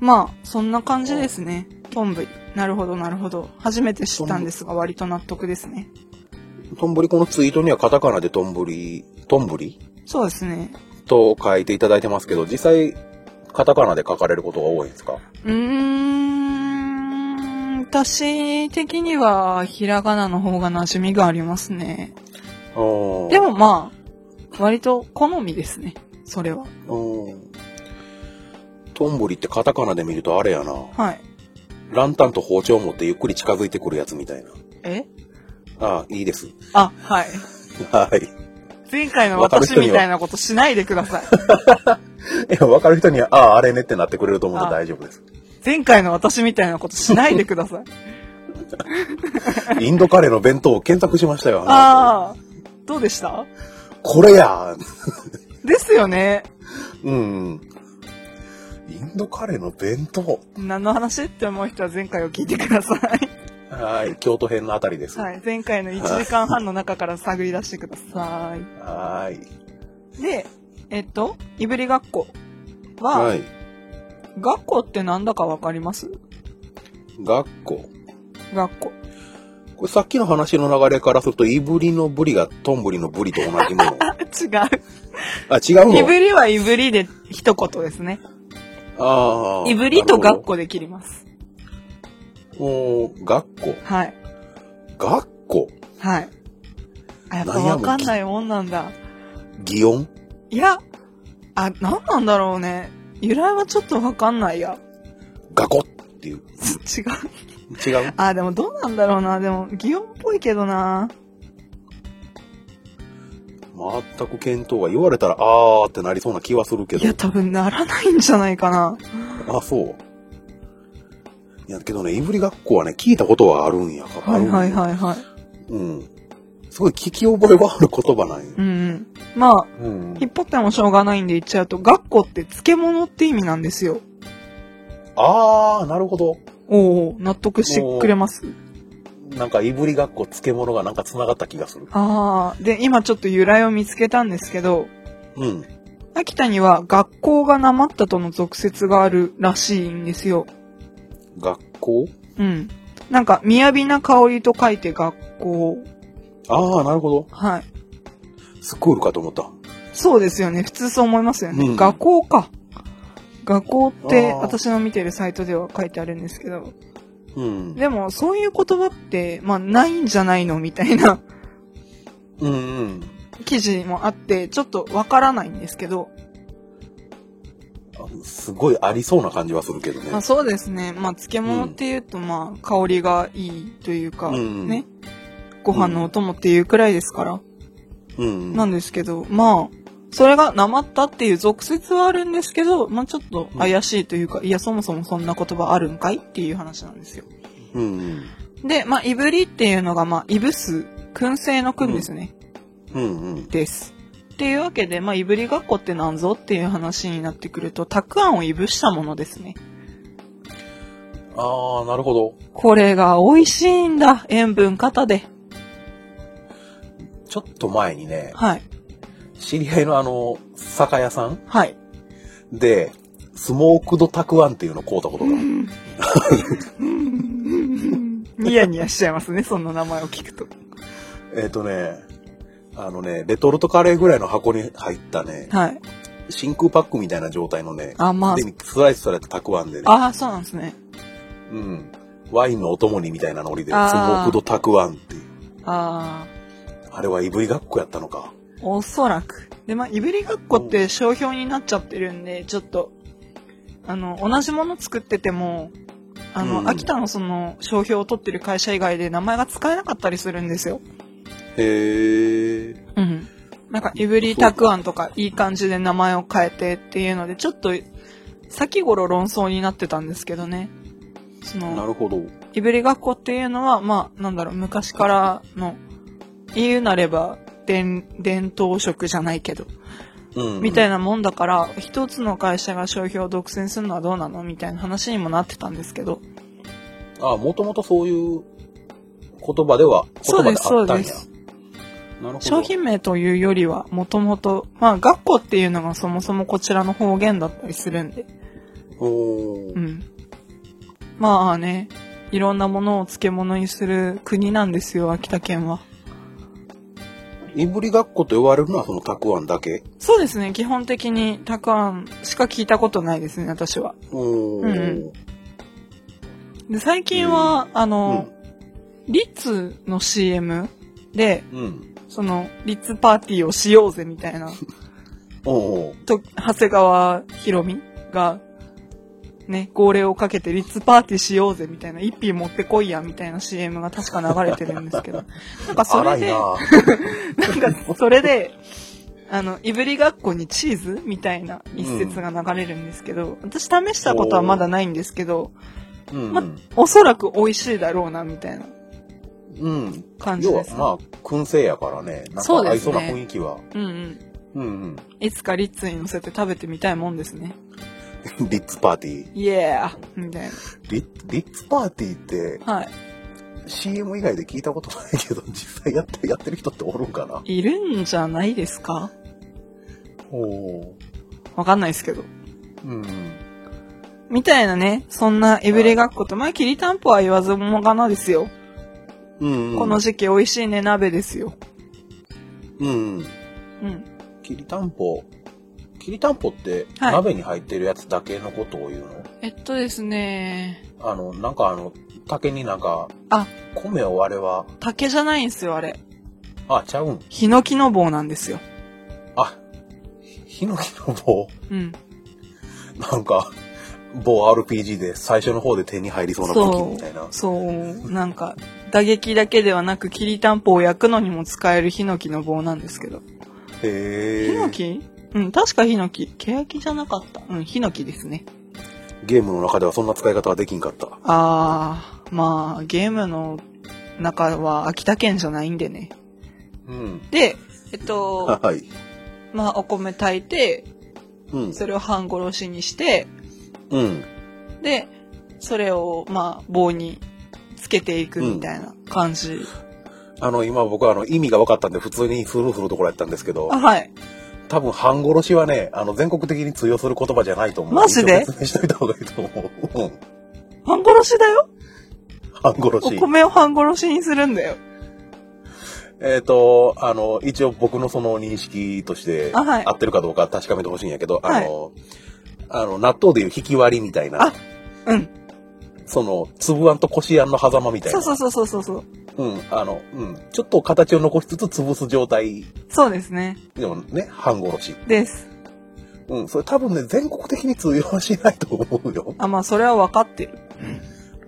[SPEAKER 1] まあ、そんな感じですね。トンブリ。なるほど、なるほど。初めて知ったんですが、割と納得ですね。
[SPEAKER 2] トンブリこのツイートにはカタカナでトンブリ、トンブリ
[SPEAKER 1] そうですね。
[SPEAKER 2] と書いていただいてますけど、実際、カタカナで書かれることが多いんですか
[SPEAKER 1] うーん、私的には、ひらがなの方が馴染みがありますね。
[SPEAKER 2] おー
[SPEAKER 1] でもまあ、割と好みですね。それは。
[SPEAKER 2] おートンブリってカタカナで見るとあれやな。
[SPEAKER 1] はい。
[SPEAKER 2] ランタンと包丁を持ってゆっくり近づいてくるやつみたいな。
[SPEAKER 1] え
[SPEAKER 2] ああ、いいです。
[SPEAKER 1] あ、はい。
[SPEAKER 2] はい。
[SPEAKER 1] 前回の
[SPEAKER 2] わかる
[SPEAKER 1] 私
[SPEAKER 2] 人に
[SPEAKER 1] み
[SPEAKER 2] は
[SPEAKER 1] たいなことしないでくだ さい。
[SPEAKER 2] いや、わかる人には、ああ、あれねってなってくれると思うんで
[SPEAKER 1] あ
[SPEAKER 2] 大丈夫です。
[SPEAKER 1] 前回の私みたいなことしないでください。
[SPEAKER 2] インドカレーの弁当を検索しましたよ。あ
[SPEAKER 1] ああ、どうでした
[SPEAKER 2] のこれや
[SPEAKER 1] ですよね。
[SPEAKER 2] うん。インドカレーの弁当。
[SPEAKER 1] 何の話って思う人は前回を聞いてくだ さい。
[SPEAKER 2] はい。京都編のあたりです。。
[SPEAKER 1] はいい。前回の1時間半の中から探り出してくださ
[SPEAKER 2] はーい。
[SPEAKER 1] い。で、えっと、いぶりがっこは、
[SPEAKER 2] はい。
[SPEAKER 1] 学校ってなんだかわかります
[SPEAKER 2] 学校。
[SPEAKER 1] 学校。
[SPEAKER 2] これさっきの話の流れからすると、いぶりのぶりがとんぶりのぶりと同 じもの。
[SPEAKER 1] 違
[SPEAKER 2] あ、違
[SPEAKER 1] う。いうぶ
[SPEAKER 2] の
[SPEAKER 1] りはいぶりで一言ですね。
[SPEAKER 2] ああ。
[SPEAKER 1] いぶりと学
[SPEAKER 2] 学校
[SPEAKER 1] 校で切ります。
[SPEAKER 2] おー学校。
[SPEAKER 1] はい。
[SPEAKER 2] 学校。
[SPEAKER 1] はい。あ、やっぱ
[SPEAKER 2] なんや
[SPEAKER 1] わかんないもんなんだ。
[SPEAKER 2] 擬音
[SPEAKER 1] いや、あ、なんなんだろうね。由来はちょっとわかんないや。
[SPEAKER 2] ガコっていう。
[SPEAKER 1] 違う。
[SPEAKER 2] 違う
[SPEAKER 1] あ、でもどうなんだろうな。でも、擬音っぽいけどな。
[SPEAKER 2] 全く見当が言われたら、あーってなりそうな気はするけ
[SPEAKER 1] いや、
[SPEAKER 2] ど。
[SPEAKER 1] 多分ならないんじゃないかな。
[SPEAKER 2] あ、そう。いや、けどね、いぶり学校はね、聞いたことはあるんやか
[SPEAKER 1] はいはいはいはい。
[SPEAKER 2] い。うん。すごい聞き覚えはある言葉なんや。
[SPEAKER 1] うんうん。まあ、
[SPEAKER 2] うん
[SPEAKER 1] 引っ張ってもしょうがないんで言っちゃうと、学校って漬物って意味なんですよ。
[SPEAKER 2] ああ、なるほど。
[SPEAKER 1] おお納得してくれます。
[SPEAKER 2] なんか、いぶりがっこ漬物がなんか繋がった気がする。
[SPEAKER 1] ああ、で、今ちょっと由来を見つけたんですけど、
[SPEAKER 2] うん。
[SPEAKER 1] 秋田には学校がなまったとの俗説があるらしいんですよ。
[SPEAKER 2] 学校
[SPEAKER 1] うん。なんか、雅な香りと書いて学校。
[SPEAKER 2] ああ、なるほど。
[SPEAKER 1] はい。
[SPEAKER 2] スクールかと思った。
[SPEAKER 1] そうですよね。普通そう思いますよね。
[SPEAKER 2] うん
[SPEAKER 1] 学校か。学校って
[SPEAKER 2] あー
[SPEAKER 1] 私の見てるサイトでは書いてあるんですけど。
[SPEAKER 2] うん。
[SPEAKER 1] でも、そういう言葉って、まあ、ないんじゃないのみたいな
[SPEAKER 2] うんうん。
[SPEAKER 1] 記事もあって、ちょっとわからないんですけど。
[SPEAKER 2] あすごいありそうな感じはするけどね
[SPEAKER 1] まあ、。そうですね。まあ、漬物っていうと、まあ、香りがいいというか、
[SPEAKER 2] うん
[SPEAKER 1] ね。ご飯のお供っていうくらいですから。
[SPEAKER 2] うん。
[SPEAKER 1] なんですけど、まあ、それがなまったっていう俗説はあるんですけど、まあちょっと怪しいというか、いや、そもそもそんな言葉あるんかいっていう話なんですよ。
[SPEAKER 2] うんうん。
[SPEAKER 1] で、まあ、いぶりっていうのが、まあ、いぶす、燻製の燻ですね。
[SPEAKER 2] うんうん。
[SPEAKER 1] です。っていうわけで、まあ、いぶりがっこってなんぞっていう話になってくると、たくあんをいぶしたものですね。
[SPEAKER 2] ああ、なるほど。
[SPEAKER 1] これが美味しいんだ。塩分型で。
[SPEAKER 2] ちょっと前にね、
[SPEAKER 1] はい。
[SPEAKER 2] 知り合いのあの、酒屋さん
[SPEAKER 1] はい。
[SPEAKER 2] で、スモークドたくあんっていうのを買うたことが。
[SPEAKER 1] ニヤニヤしちゃいますね、そんな名前を聞くと。
[SPEAKER 2] えっ、とね、あのね、レトルトカレーぐらいの箱に入ったね、
[SPEAKER 1] はい。
[SPEAKER 2] 真空パックみたいな状態のね、
[SPEAKER 1] あ、まあ
[SPEAKER 2] で、スライスされたたくあんでね、
[SPEAKER 1] ああ、そうなんですね。
[SPEAKER 2] うん。ワインのお供にみたいなノリで、スモ
[SPEAKER 1] あー
[SPEAKER 2] ークドたくあんっていう。
[SPEAKER 1] あ
[SPEAKER 2] あれはいぶりがっこやったのか。
[SPEAKER 1] あ、おそらく。で、まあ、いぶりがっこって商標になっちゃってるんで、ちょっと、あの、同じもの作ってても、あの、
[SPEAKER 2] うん
[SPEAKER 1] 秋田のその、商標を取ってる会社以外で名前が使えなかったりするんですよ。
[SPEAKER 2] へえ。
[SPEAKER 1] うん。なんか、いぶりたくあんとか、いい感じで名前を変えてっていうので、ちょっと、先頃論争になってたんですけどね。その、
[SPEAKER 2] なるほど。
[SPEAKER 1] いぶりがっこっていうのは、まあ、なんだろう、昔からの、言うなれば、伝、伝統食じゃないけど、
[SPEAKER 2] うん。
[SPEAKER 1] みたい
[SPEAKER 2] な。
[SPEAKER 1] なもんだから、一つの会社が商標を独占するのはどうなのみたいな話にもなってたんですけど、
[SPEAKER 2] あ、もともとそういう言葉では、言
[SPEAKER 1] そう
[SPEAKER 2] 葉
[SPEAKER 1] で
[SPEAKER 2] ですあったんや
[SPEAKER 1] そうで。
[SPEAKER 2] なるほど。
[SPEAKER 1] 商品名というよりは、もともと、まあ、学校っていうのがそもそもこちらの方言だったりするんで、
[SPEAKER 2] おー
[SPEAKER 1] うん。まあね、いろんなものを漬物にする国なんですよ、秋田県は。
[SPEAKER 2] いぶりがっこと呼ばれるのはそのたくあんだけ。
[SPEAKER 1] そうですね、基本的にたくあんしか聞いたことないですね、私は。
[SPEAKER 2] おー
[SPEAKER 1] うんで、最近は、あの、リッツの CM で、
[SPEAKER 2] うん。うん。
[SPEAKER 1] その、リッツパーティーをしようぜみたいな、
[SPEAKER 2] おー
[SPEAKER 1] と、長谷川博美が、ね、号令をかけてリッツパーティーしようぜみたいな、一品持ってこいやみたいな CM が確か流れてるんですけ ど、なんかそ
[SPEAKER 2] 荒
[SPEAKER 1] れ
[SPEAKER 2] い
[SPEAKER 1] で、
[SPEAKER 2] な
[SPEAKER 1] な
[SPEAKER 2] あ
[SPEAKER 1] んかそれで、あの、いぶりがっこにチーズみたいな一節が流れるんですけど、私試したことはまだないんですけど、
[SPEAKER 2] うん。
[SPEAKER 1] まおそらく美味しいだろうな、みたいな
[SPEAKER 2] うん。
[SPEAKER 1] 感じ
[SPEAKER 2] 要は
[SPEAKER 1] です、ね。
[SPEAKER 2] まあ、燻製やからね。なん
[SPEAKER 1] そう
[SPEAKER 2] か合
[SPEAKER 1] で
[SPEAKER 2] い
[SPEAKER 1] す
[SPEAKER 2] そう
[SPEAKER 1] ね
[SPEAKER 2] な雰囲気は。
[SPEAKER 1] うんうん。
[SPEAKER 2] うん
[SPEAKER 1] いつかリッツに乗せて食べてみたいもんですね。
[SPEAKER 2] うん。 リッツパーティー。
[SPEAKER 1] イエーみたい
[SPEAKER 2] リッリッツパーティーって
[SPEAKER 1] な。はい。
[SPEAKER 2] CM 以外で聞いたことないけど、 実際やってやってる人っておるんかない
[SPEAKER 1] るんじゃないですか
[SPEAKER 2] おー
[SPEAKER 1] わかんないですけど。
[SPEAKER 2] うん。
[SPEAKER 1] みたいなね、そんなエブレ学校と、まあ、きりたんぽは言わずもがなですよ。
[SPEAKER 2] うん、うん。
[SPEAKER 1] この時期美味しいね、鍋ですよ。
[SPEAKER 2] うんうん。
[SPEAKER 1] うん。
[SPEAKER 2] きりたんぽ。きりたんぽって、
[SPEAKER 1] はい
[SPEAKER 2] 鍋に入ってるやつだけのことを言うの、
[SPEAKER 1] えっとですね、
[SPEAKER 2] あの、なんかあの、竹になんか、
[SPEAKER 1] あ
[SPEAKER 2] 米をあれは、
[SPEAKER 1] 竹じゃないんですよ、あれ。
[SPEAKER 2] あ、ちゃうん。
[SPEAKER 1] ヒノキの棒なんですよ。
[SPEAKER 2] あ、ヒノキの棒。
[SPEAKER 1] うん。
[SPEAKER 2] なんか、某 RPG で最初の方で手に入りそうな武器みたいな。
[SPEAKER 1] そう、なんか、打撃だけではなく、きりたんぽを焼くのにも使えるヒノキの棒なんですけど。
[SPEAKER 2] へ
[SPEAKER 1] ヒ
[SPEAKER 2] え。
[SPEAKER 1] ノキうん、確かヒノキ。ケヤキじゃなかった。うん、ヒノキですね。
[SPEAKER 2] ゲームの中ではそんな使い方はできんかった。
[SPEAKER 1] あー、まあ、ゲームの中は秋田県じゃないんでね。
[SPEAKER 2] うん。
[SPEAKER 1] で、えっと、
[SPEAKER 2] はい。
[SPEAKER 1] まあ、お米炊いて、
[SPEAKER 2] うん。
[SPEAKER 1] それを半殺しにして、
[SPEAKER 2] うん。
[SPEAKER 1] で、それを、まあ、棒につけていくみたいな感じ。
[SPEAKER 2] あの、今僕はあの、意味が分かったんで、普通にスルーするところやったんですけど
[SPEAKER 1] あ、、はい。
[SPEAKER 2] 多分半殺しはね、あの、全国的に通用する言葉じゃないと思う。
[SPEAKER 1] マジで
[SPEAKER 2] 一応説明しといた方がいいと思う。うん。
[SPEAKER 1] 半殺しだよ
[SPEAKER 2] 半殺
[SPEAKER 1] お
[SPEAKER 2] し。
[SPEAKER 1] 米を半殺しにするんだよ。
[SPEAKER 2] えっ、と、あの、一応僕のその認識として、
[SPEAKER 1] あはい
[SPEAKER 2] 合ってるかどうか確かめてほしいんやけど、あの、あの、納豆でいう引き割りみたいな
[SPEAKER 1] あ、うん。
[SPEAKER 2] その、粒あんとこしあんの狭間みたい
[SPEAKER 1] そ
[SPEAKER 2] な。
[SPEAKER 1] うそうそうそうそう。
[SPEAKER 2] うん、あの、うん、ちょっと形を残しつつ潰す状態
[SPEAKER 1] そうですね。
[SPEAKER 2] でもね、半殺し。
[SPEAKER 1] です。
[SPEAKER 2] うん、それ多分ね、全国的に通用しないと思うよ。
[SPEAKER 1] あ、まあ、それは分かってる。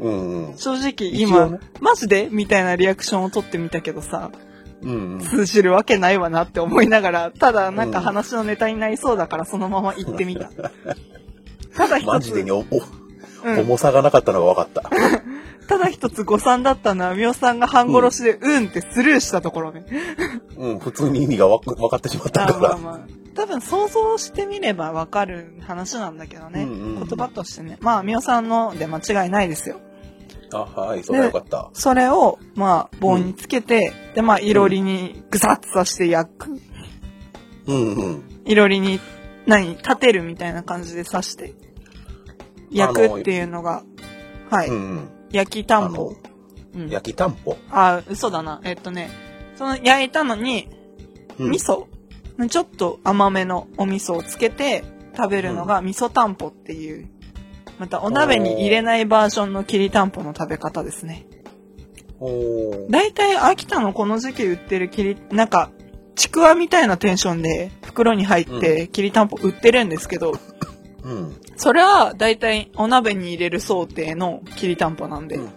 [SPEAKER 2] うん、うん。
[SPEAKER 1] 正直、
[SPEAKER 2] 一応
[SPEAKER 1] 今、
[SPEAKER 2] ね
[SPEAKER 1] マジでみたいなリアクションを取ってみたけどさ、
[SPEAKER 2] うん、うん。
[SPEAKER 1] 通じるわけないわなって思いながら、ただなん
[SPEAKER 2] う
[SPEAKER 1] か
[SPEAKER 2] ん
[SPEAKER 1] 話のネタになりそうだからそのまま行ってみ た。ただ
[SPEAKER 2] マ
[SPEAKER 1] 一
[SPEAKER 2] ジ
[SPEAKER 1] つ、
[SPEAKER 2] でにお、
[SPEAKER 1] うん
[SPEAKER 2] お重さがなかったのが分かった。
[SPEAKER 1] ただ一つ誤算だったのは、みおさんが半殺しで、うんってスルーしたところ ね。
[SPEAKER 2] うん、普通に意味がわか分かってしまった
[SPEAKER 1] あ
[SPEAKER 2] か
[SPEAKER 1] まあ
[SPEAKER 2] ら。
[SPEAKER 1] まあ。多分想像してみればわかる話なんだけどね。
[SPEAKER 2] うんうんうん
[SPEAKER 1] 言葉としてね。まあ、みおさんので間違いないですよ。
[SPEAKER 2] あ、はい、それはよかった。
[SPEAKER 1] それを、まあ、棒につけて、で、まあ、いろりにぐさっと刺して焼く。
[SPEAKER 2] うん、うん。
[SPEAKER 1] いろりに、何、立てるみたいな感じで刺して、焼くっていうのが、はい。
[SPEAKER 2] うん、うん。
[SPEAKER 1] 焼き
[SPEAKER 2] あ
[SPEAKER 1] たんぽ
[SPEAKER 2] の。、
[SPEAKER 1] うん。
[SPEAKER 2] 焼きたんぽ。
[SPEAKER 1] あ、嘘だな。えっとね、その焼いたのに、
[SPEAKER 2] うん
[SPEAKER 1] 味噌、ちょっと甘めのお味噌をつけて食べるのが味噌たんぽっていう、またお鍋に入れないバージョンのきりたんぽの食べ方ですね。
[SPEAKER 2] おー
[SPEAKER 1] だいたい秋田のこの時期売ってるきり、なんか、ちくわみたいなテンションで袋に入ってきりたんぽ売ってるんですけど、
[SPEAKER 2] うん。
[SPEAKER 1] それはだいたいお鍋に入れる想定のきりたんぽなんで、
[SPEAKER 2] うん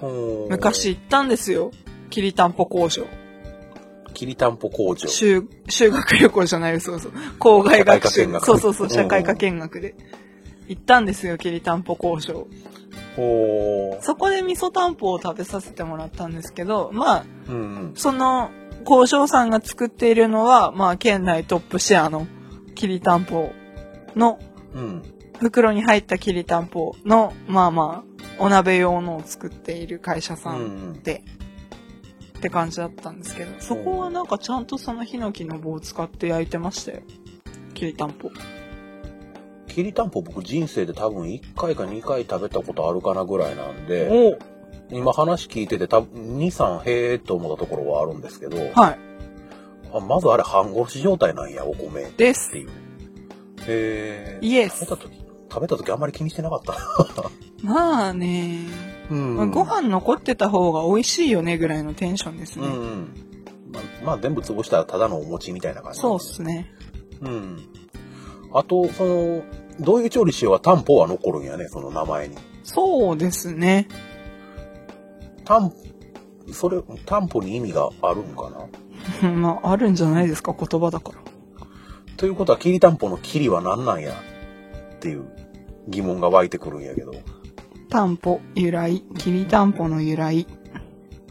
[SPEAKER 2] おー
[SPEAKER 1] 昔。行ったんですよ。きりたんぽ工場。
[SPEAKER 2] きりたんぽ工場。
[SPEAKER 1] 修修学旅行じゃないです、そうそう。校外学
[SPEAKER 2] 社会科
[SPEAKER 1] 習
[SPEAKER 2] 見。学
[SPEAKER 1] そうそうそうう、
[SPEAKER 2] ん
[SPEAKER 1] 社会科見学で。行ったんですよ、きりたんぽ交渉。
[SPEAKER 2] おー
[SPEAKER 1] そこで味噌たんぽを食べさせてもらったんですけど、まあ、
[SPEAKER 2] うんうん。
[SPEAKER 1] その、交渉さんが作っているのは、まあ、県内トップシェアのきりたんぽの、
[SPEAKER 2] うん。
[SPEAKER 1] 袋に入ったきりたんぽの、まあまあ、お鍋用のを作っている会社
[SPEAKER 2] う
[SPEAKER 1] さん
[SPEAKER 2] ん。
[SPEAKER 1] で、って感じだったんですけど、そこはなんかちゃんとそのヒノキの棒を使って焼いてましたよ。きりたんぽ。
[SPEAKER 2] きりたんぽ僕人生で多分1回か2回食べたことあるかなぐらいなんで、
[SPEAKER 1] お
[SPEAKER 2] 今話聞いてて多分2、3へーと思ったところはあるんですけど、
[SPEAKER 1] はい。
[SPEAKER 2] あまずあれ半殺し状態なんや、お米っ
[SPEAKER 1] です
[SPEAKER 2] て。いう。えー、
[SPEAKER 1] イエ
[SPEAKER 2] 食べ
[SPEAKER 1] ス
[SPEAKER 2] た。時、食べた時あんまり気にしてなかったな。
[SPEAKER 1] まあね、
[SPEAKER 2] うん
[SPEAKER 1] まあご飯残ってた方が美味しいよねぐらいのテンションです
[SPEAKER 2] う
[SPEAKER 1] ね。
[SPEAKER 2] んうん。ままあ全部潰したらただのお餅みたいな感じ。
[SPEAKER 1] そうっすね。
[SPEAKER 2] うん。あと、その、どういう調理しようはタンポは残るんやね、その名前に。
[SPEAKER 1] そうですね。
[SPEAKER 2] タン、それ、タンポに意味があるんかな
[SPEAKER 1] まあ、あるんじゃないですか、言葉だから。
[SPEAKER 2] ということは、きりたんぽのきりは何なんやっていう疑問が湧いてくるんやけど。
[SPEAKER 1] たんぽ、由来。きりたんぽの由来。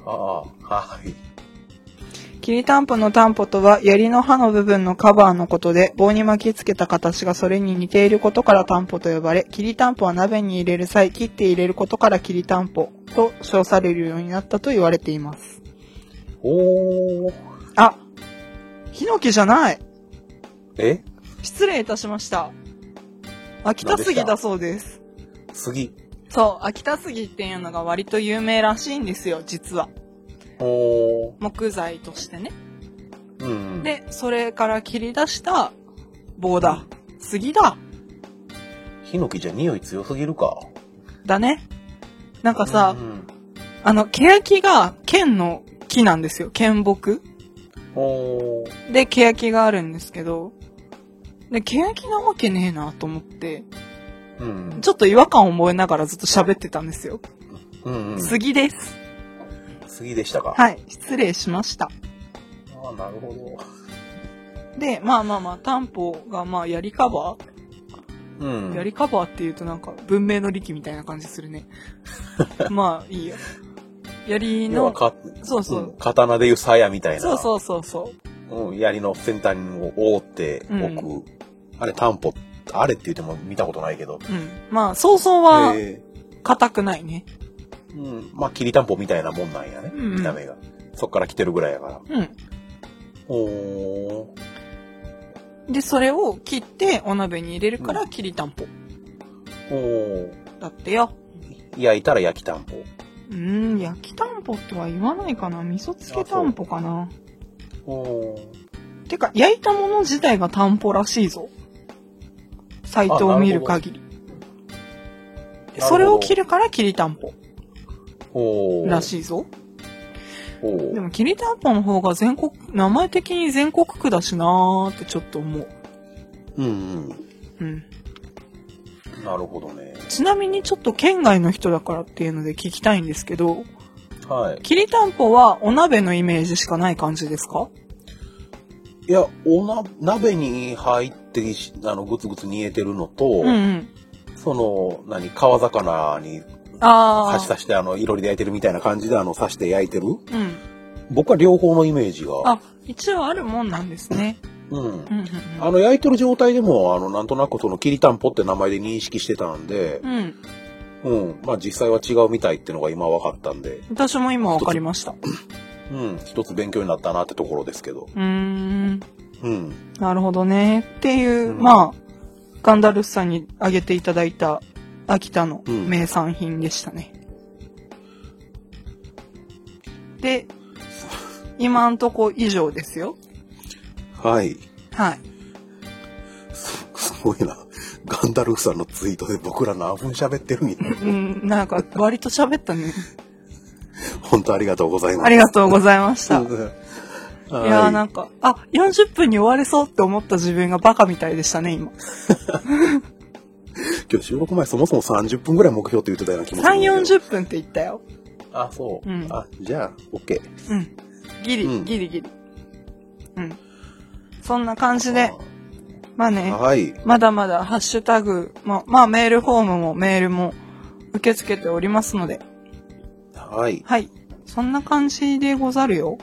[SPEAKER 2] ああ、はい。
[SPEAKER 1] きりたんぽのたんぽとは、槍の刃の部分のカバーのことで、棒に巻きつけた形がそれに似ていることからたんぽと呼ばれ、きりたんぽは鍋に入れる際、切って入れることからきりたんぽと称されるようになったと言われています。
[SPEAKER 2] おー。
[SPEAKER 1] あ、ヒノキじゃない
[SPEAKER 2] え
[SPEAKER 1] 失礼いたしました。秋田杉だそうです。
[SPEAKER 2] 次。
[SPEAKER 1] そう、秋田杉っていうのが割と有名らしいんですよ、実は。
[SPEAKER 2] おー。
[SPEAKER 1] 木材としてね。
[SPEAKER 2] うん。
[SPEAKER 1] で、それから切り出した棒だ。杉だ。
[SPEAKER 2] ヒノキじゃ匂い強すぎるか。
[SPEAKER 1] だね。なんかさ、
[SPEAKER 2] うん
[SPEAKER 1] あの、ケヤキが剣の木なんですよ。剣木。
[SPEAKER 2] おー。
[SPEAKER 1] で、ケヤキがあるんですけど、で、ケヤキなわけねえなと思って、
[SPEAKER 2] うん。
[SPEAKER 1] ちょっと違和感を覚えながらずっと喋ってたんですよ。
[SPEAKER 2] うんうん、
[SPEAKER 1] 杉です。
[SPEAKER 2] 次でしたか。
[SPEAKER 1] はい、失礼しました。
[SPEAKER 2] ああ、なるほ
[SPEAKER 1] で、まあまあまあ、担保がまあ、やりカバー、
[SPEAKER 2] ど。うん。
[SPEAKER 1] やりカバーっていうとなんか、文明の利器みたいな感じするね。 まあ、いいや。槍
[SPEAKER 2] 要は
[SPEAKER 1] の、
[SPEAKER 2] か、
[SPEAKER 1] そうそう
[SPEAKER 2] うん刀でいう鞘みたいな。
[SPEAKER 1] そうそうそうそう。
[SPEAKER 2] うん、槍の先端を覆っておく。あれ、タンポっあれって言っても見たことないけど。
[SPEAKER 1] うん。まあ、早々は
[SPEAKER 2] え
[SPEAKER 1] 硬くないね。
[SPEAKER 2] ーうん。まあ、きりたんぽみたいなもんなんやね。
[SPEAKER 1] うんうん
[SPEAKER 2] 見た目が。そっから来てるぐらいやから。
[SPEAKER 1] うん。
[SPEAKER 2] おー。
[SPEAKER 1] で、それを切ってお鍋に入れるか
[SPEAKER 2] う
[SPEAKER 1] ら、きりたんぽ。
[SPEAKER 2] お
[SPEAKER 1] だってよ。
[SPEAKER 2] ー。焼いたら焼きたんぽ。
[SPEAKER 1] うーん、焼きたんぽとは言わないかな。味噌漬けたんぽかな。
[SPEAKER 2] おー。
[SPEAKER 1] てか、焼いたもの自体がたんぽらしいぞ。サイトを見る限り。
[SPEAKER 2] ほど
[SPEAKER 1] それを切るからきりたんぽ
[SPEAKER 2] おー。
[SPEAKER 1] らしいぞ。
[SPEAKER 2] おー
[SPEAKER 1] でもきりたんぽの方が全国、名前的に全国区だしなーってちょっと思う。
[SPEAKER 2] うんうん。
[SPEAKER 1] うん。
[SPEAKER 2] なるほどね。
[SPEAKER 1] ちなみにちょっと県外の人だからっていうので聞きたいんですけど、
[SPEAKER 2] はい。
[SPEAKER 1] きりたんぽはお鍋のイメージしかない感じですか
[SPEAKER 2] いや、おな、鍋に入ってし、あの、ぐつぐつ煮えてるのと、
[SPEAKER 1] うんうん。
[SPEAKER 2] その、何、川魚に
[SPEAKER 1] あ
[SPEAKER 2] 刺し
[SPEAKER 1] あ。
[SPEAKER 2] 刺して、あの、いろりで焼いてるみたいな感じで、あの、刺して焼いてる
[SPEAKER 1] うん。
[SPEAKER 2] 僕は両方のイメージが。
[SPEAKER 1] あ、一応あるもんなんですね。
[SPEAKER 2] うん
[SPEAKER 1] う。んうん
[SPEAKER 2] あの、焼いてる状態でも、あの、なんとなくその、きりたんぽって名前で認識してたんで、
[SPEAKER 1] うん。うん。
[SPEAKER 2] うん。まあ、実際は違うみたいってのが今分かったんで、
[SPEAKER 1] 私も今わかりました。う
[SPEAKER 2] うん。一つ勉強になったなってところですけど。
[SPEAKER 1] ーん。
[SPEAKER 2] うん。
[SPEAKER 1] なるほどね。っていう、
[SPEAKER 2] うん
[SPEAKER 1] まあ、ガンダルフさんにあげていただいた秋田の
[SPEAKER 2] うん
[SPEAKER 1] 名産品でしたね。で、今んとこ以上ですよ。
[SPEAKER 2] はい。
[SPEAKER 1] はい。
[SPEAKER 2] すすごいな。ガンダルフさんのツイートで僕ら何分喋ってるんや。
[SPEAKER 1] うん、なんか割と喋ったね。
[SPEAKER 2] 本当ありがとうございます。
[SPEAKER 1] ありがとうございました。い
[SPEAKER 2] うんはい
[SPEAKER 1] やーなんか、あ、40分に終われそうって思った自分がバカみたいでしたね、今。
[SPEAKER 2] 今日収録前そもそも30分ぐらい目標って言ってたような気もするんだ
[SPEAKER 1] 3、
[SPEAKER 2] けど。
[SPEAKER 1] 40分って言ったよ。
[SPEAKER 2] あ、そ
[SPEAKER 1] う
[SPEAKER 2] う。
[SPEAKER 1] ん
[SPEAKER 2] あ、じゃあ、OK。
[SPEAKER 1] うん。ギリ、
[SPEAKER 2] うん
[SPEAKER 1] ギリギリ。うん。そんな感じで、まあ
[SPEAKER 2] あ
[SPEAKER 1] ね、
[SPEAKER 2] はい。
[SPEAKER 1] まだまだハッシュタグ、まあ、まあメールフォームもメールも受け付けておりますので、
[SPEAKER 2] はい。
[SPEAKER 1] はい。そんな感じでござるよ。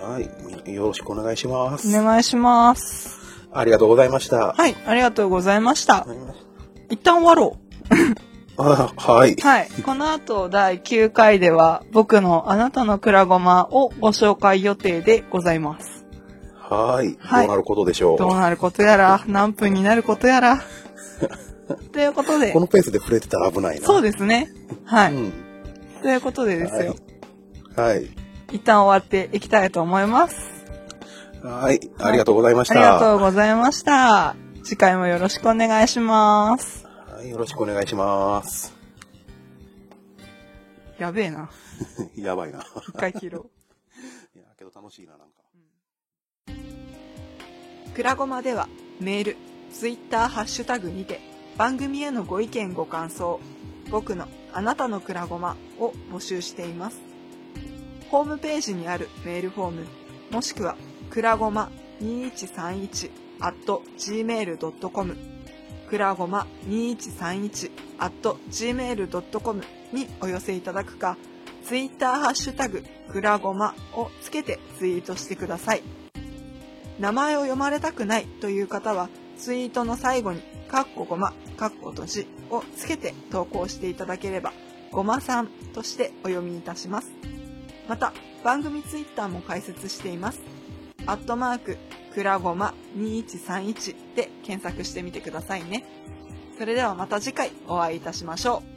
[SPEAKER 2] はい。よろしくお願いします。
[SPEAKER 1] お願いします。
[SPEAKER 2] ありがとうございました。
[SPEAKER 1] はい、ありがとうございました。
[SPEAKER 2] い。
[SPEAKER 1] 一旦終わろう。
[SPEAKER 2] あはい。
[SPEAKER 1] はい。この後第9回では、僕のあなたのくらごまをご紹介予定でございます。
[SPEAKER 2] はい。
[SPEAKER 1] はい
[SPEAKER 2] どうなることでしょう。
[SPEAKER 1] どうなることやら、何分になることや ら。ということで
[SPEAKER 2] こ、のペースで触れてたら危ないな。
[SPEAKER 1] そう
[SPEAKER 2] で
[SPEAKER 1] ですね。はい。
[SPEAKER 2] うん。
[SPEAKER 1] ということでですよ。
[SPEAKER 2] はい。
[SPEAKER 1] 一旦終わっていきたいと思います。
[SPEAKER 2] はい。ありがとうございまし
[SPEAKER 1] あ
[SPEAKER 2] た。
[SPEAKER 1] りがとうございました。次回もよろしくお願いします。
[SPEAKER 2] はい。よろしくお願いします。
[SPEAKER 1] やべえな。
[SPEAKER 2] やばいな。
[SPEAKER 1] 一回切ろ
[SPEAKER 2] いや、けど楽しいな、なんか。
[SPEAKER 1] う。くらごまではメール、ツイッター、ハッシュタグにて番組へのご意見ご感想、僕のあなたのくらごまを募集しています。ホームページにあるメールフォーム、もしくはくらごま2131 at gmail.com くらごま2131 at gmail.com にお寄せいただくか、ツイッターハッシュタグ、くらごまをつけてツイートしてください。名前を読まれたくないという方は、ツイートの最後に、かっこごま、かっこ閉じをつけて投稿していただければ、ごまさんとしてお読みいたします。また、番組ツイッターも開設しています。アットマーク、くらごま2131で検索してみてくださいね。それではまた次回お会いいたしましょう。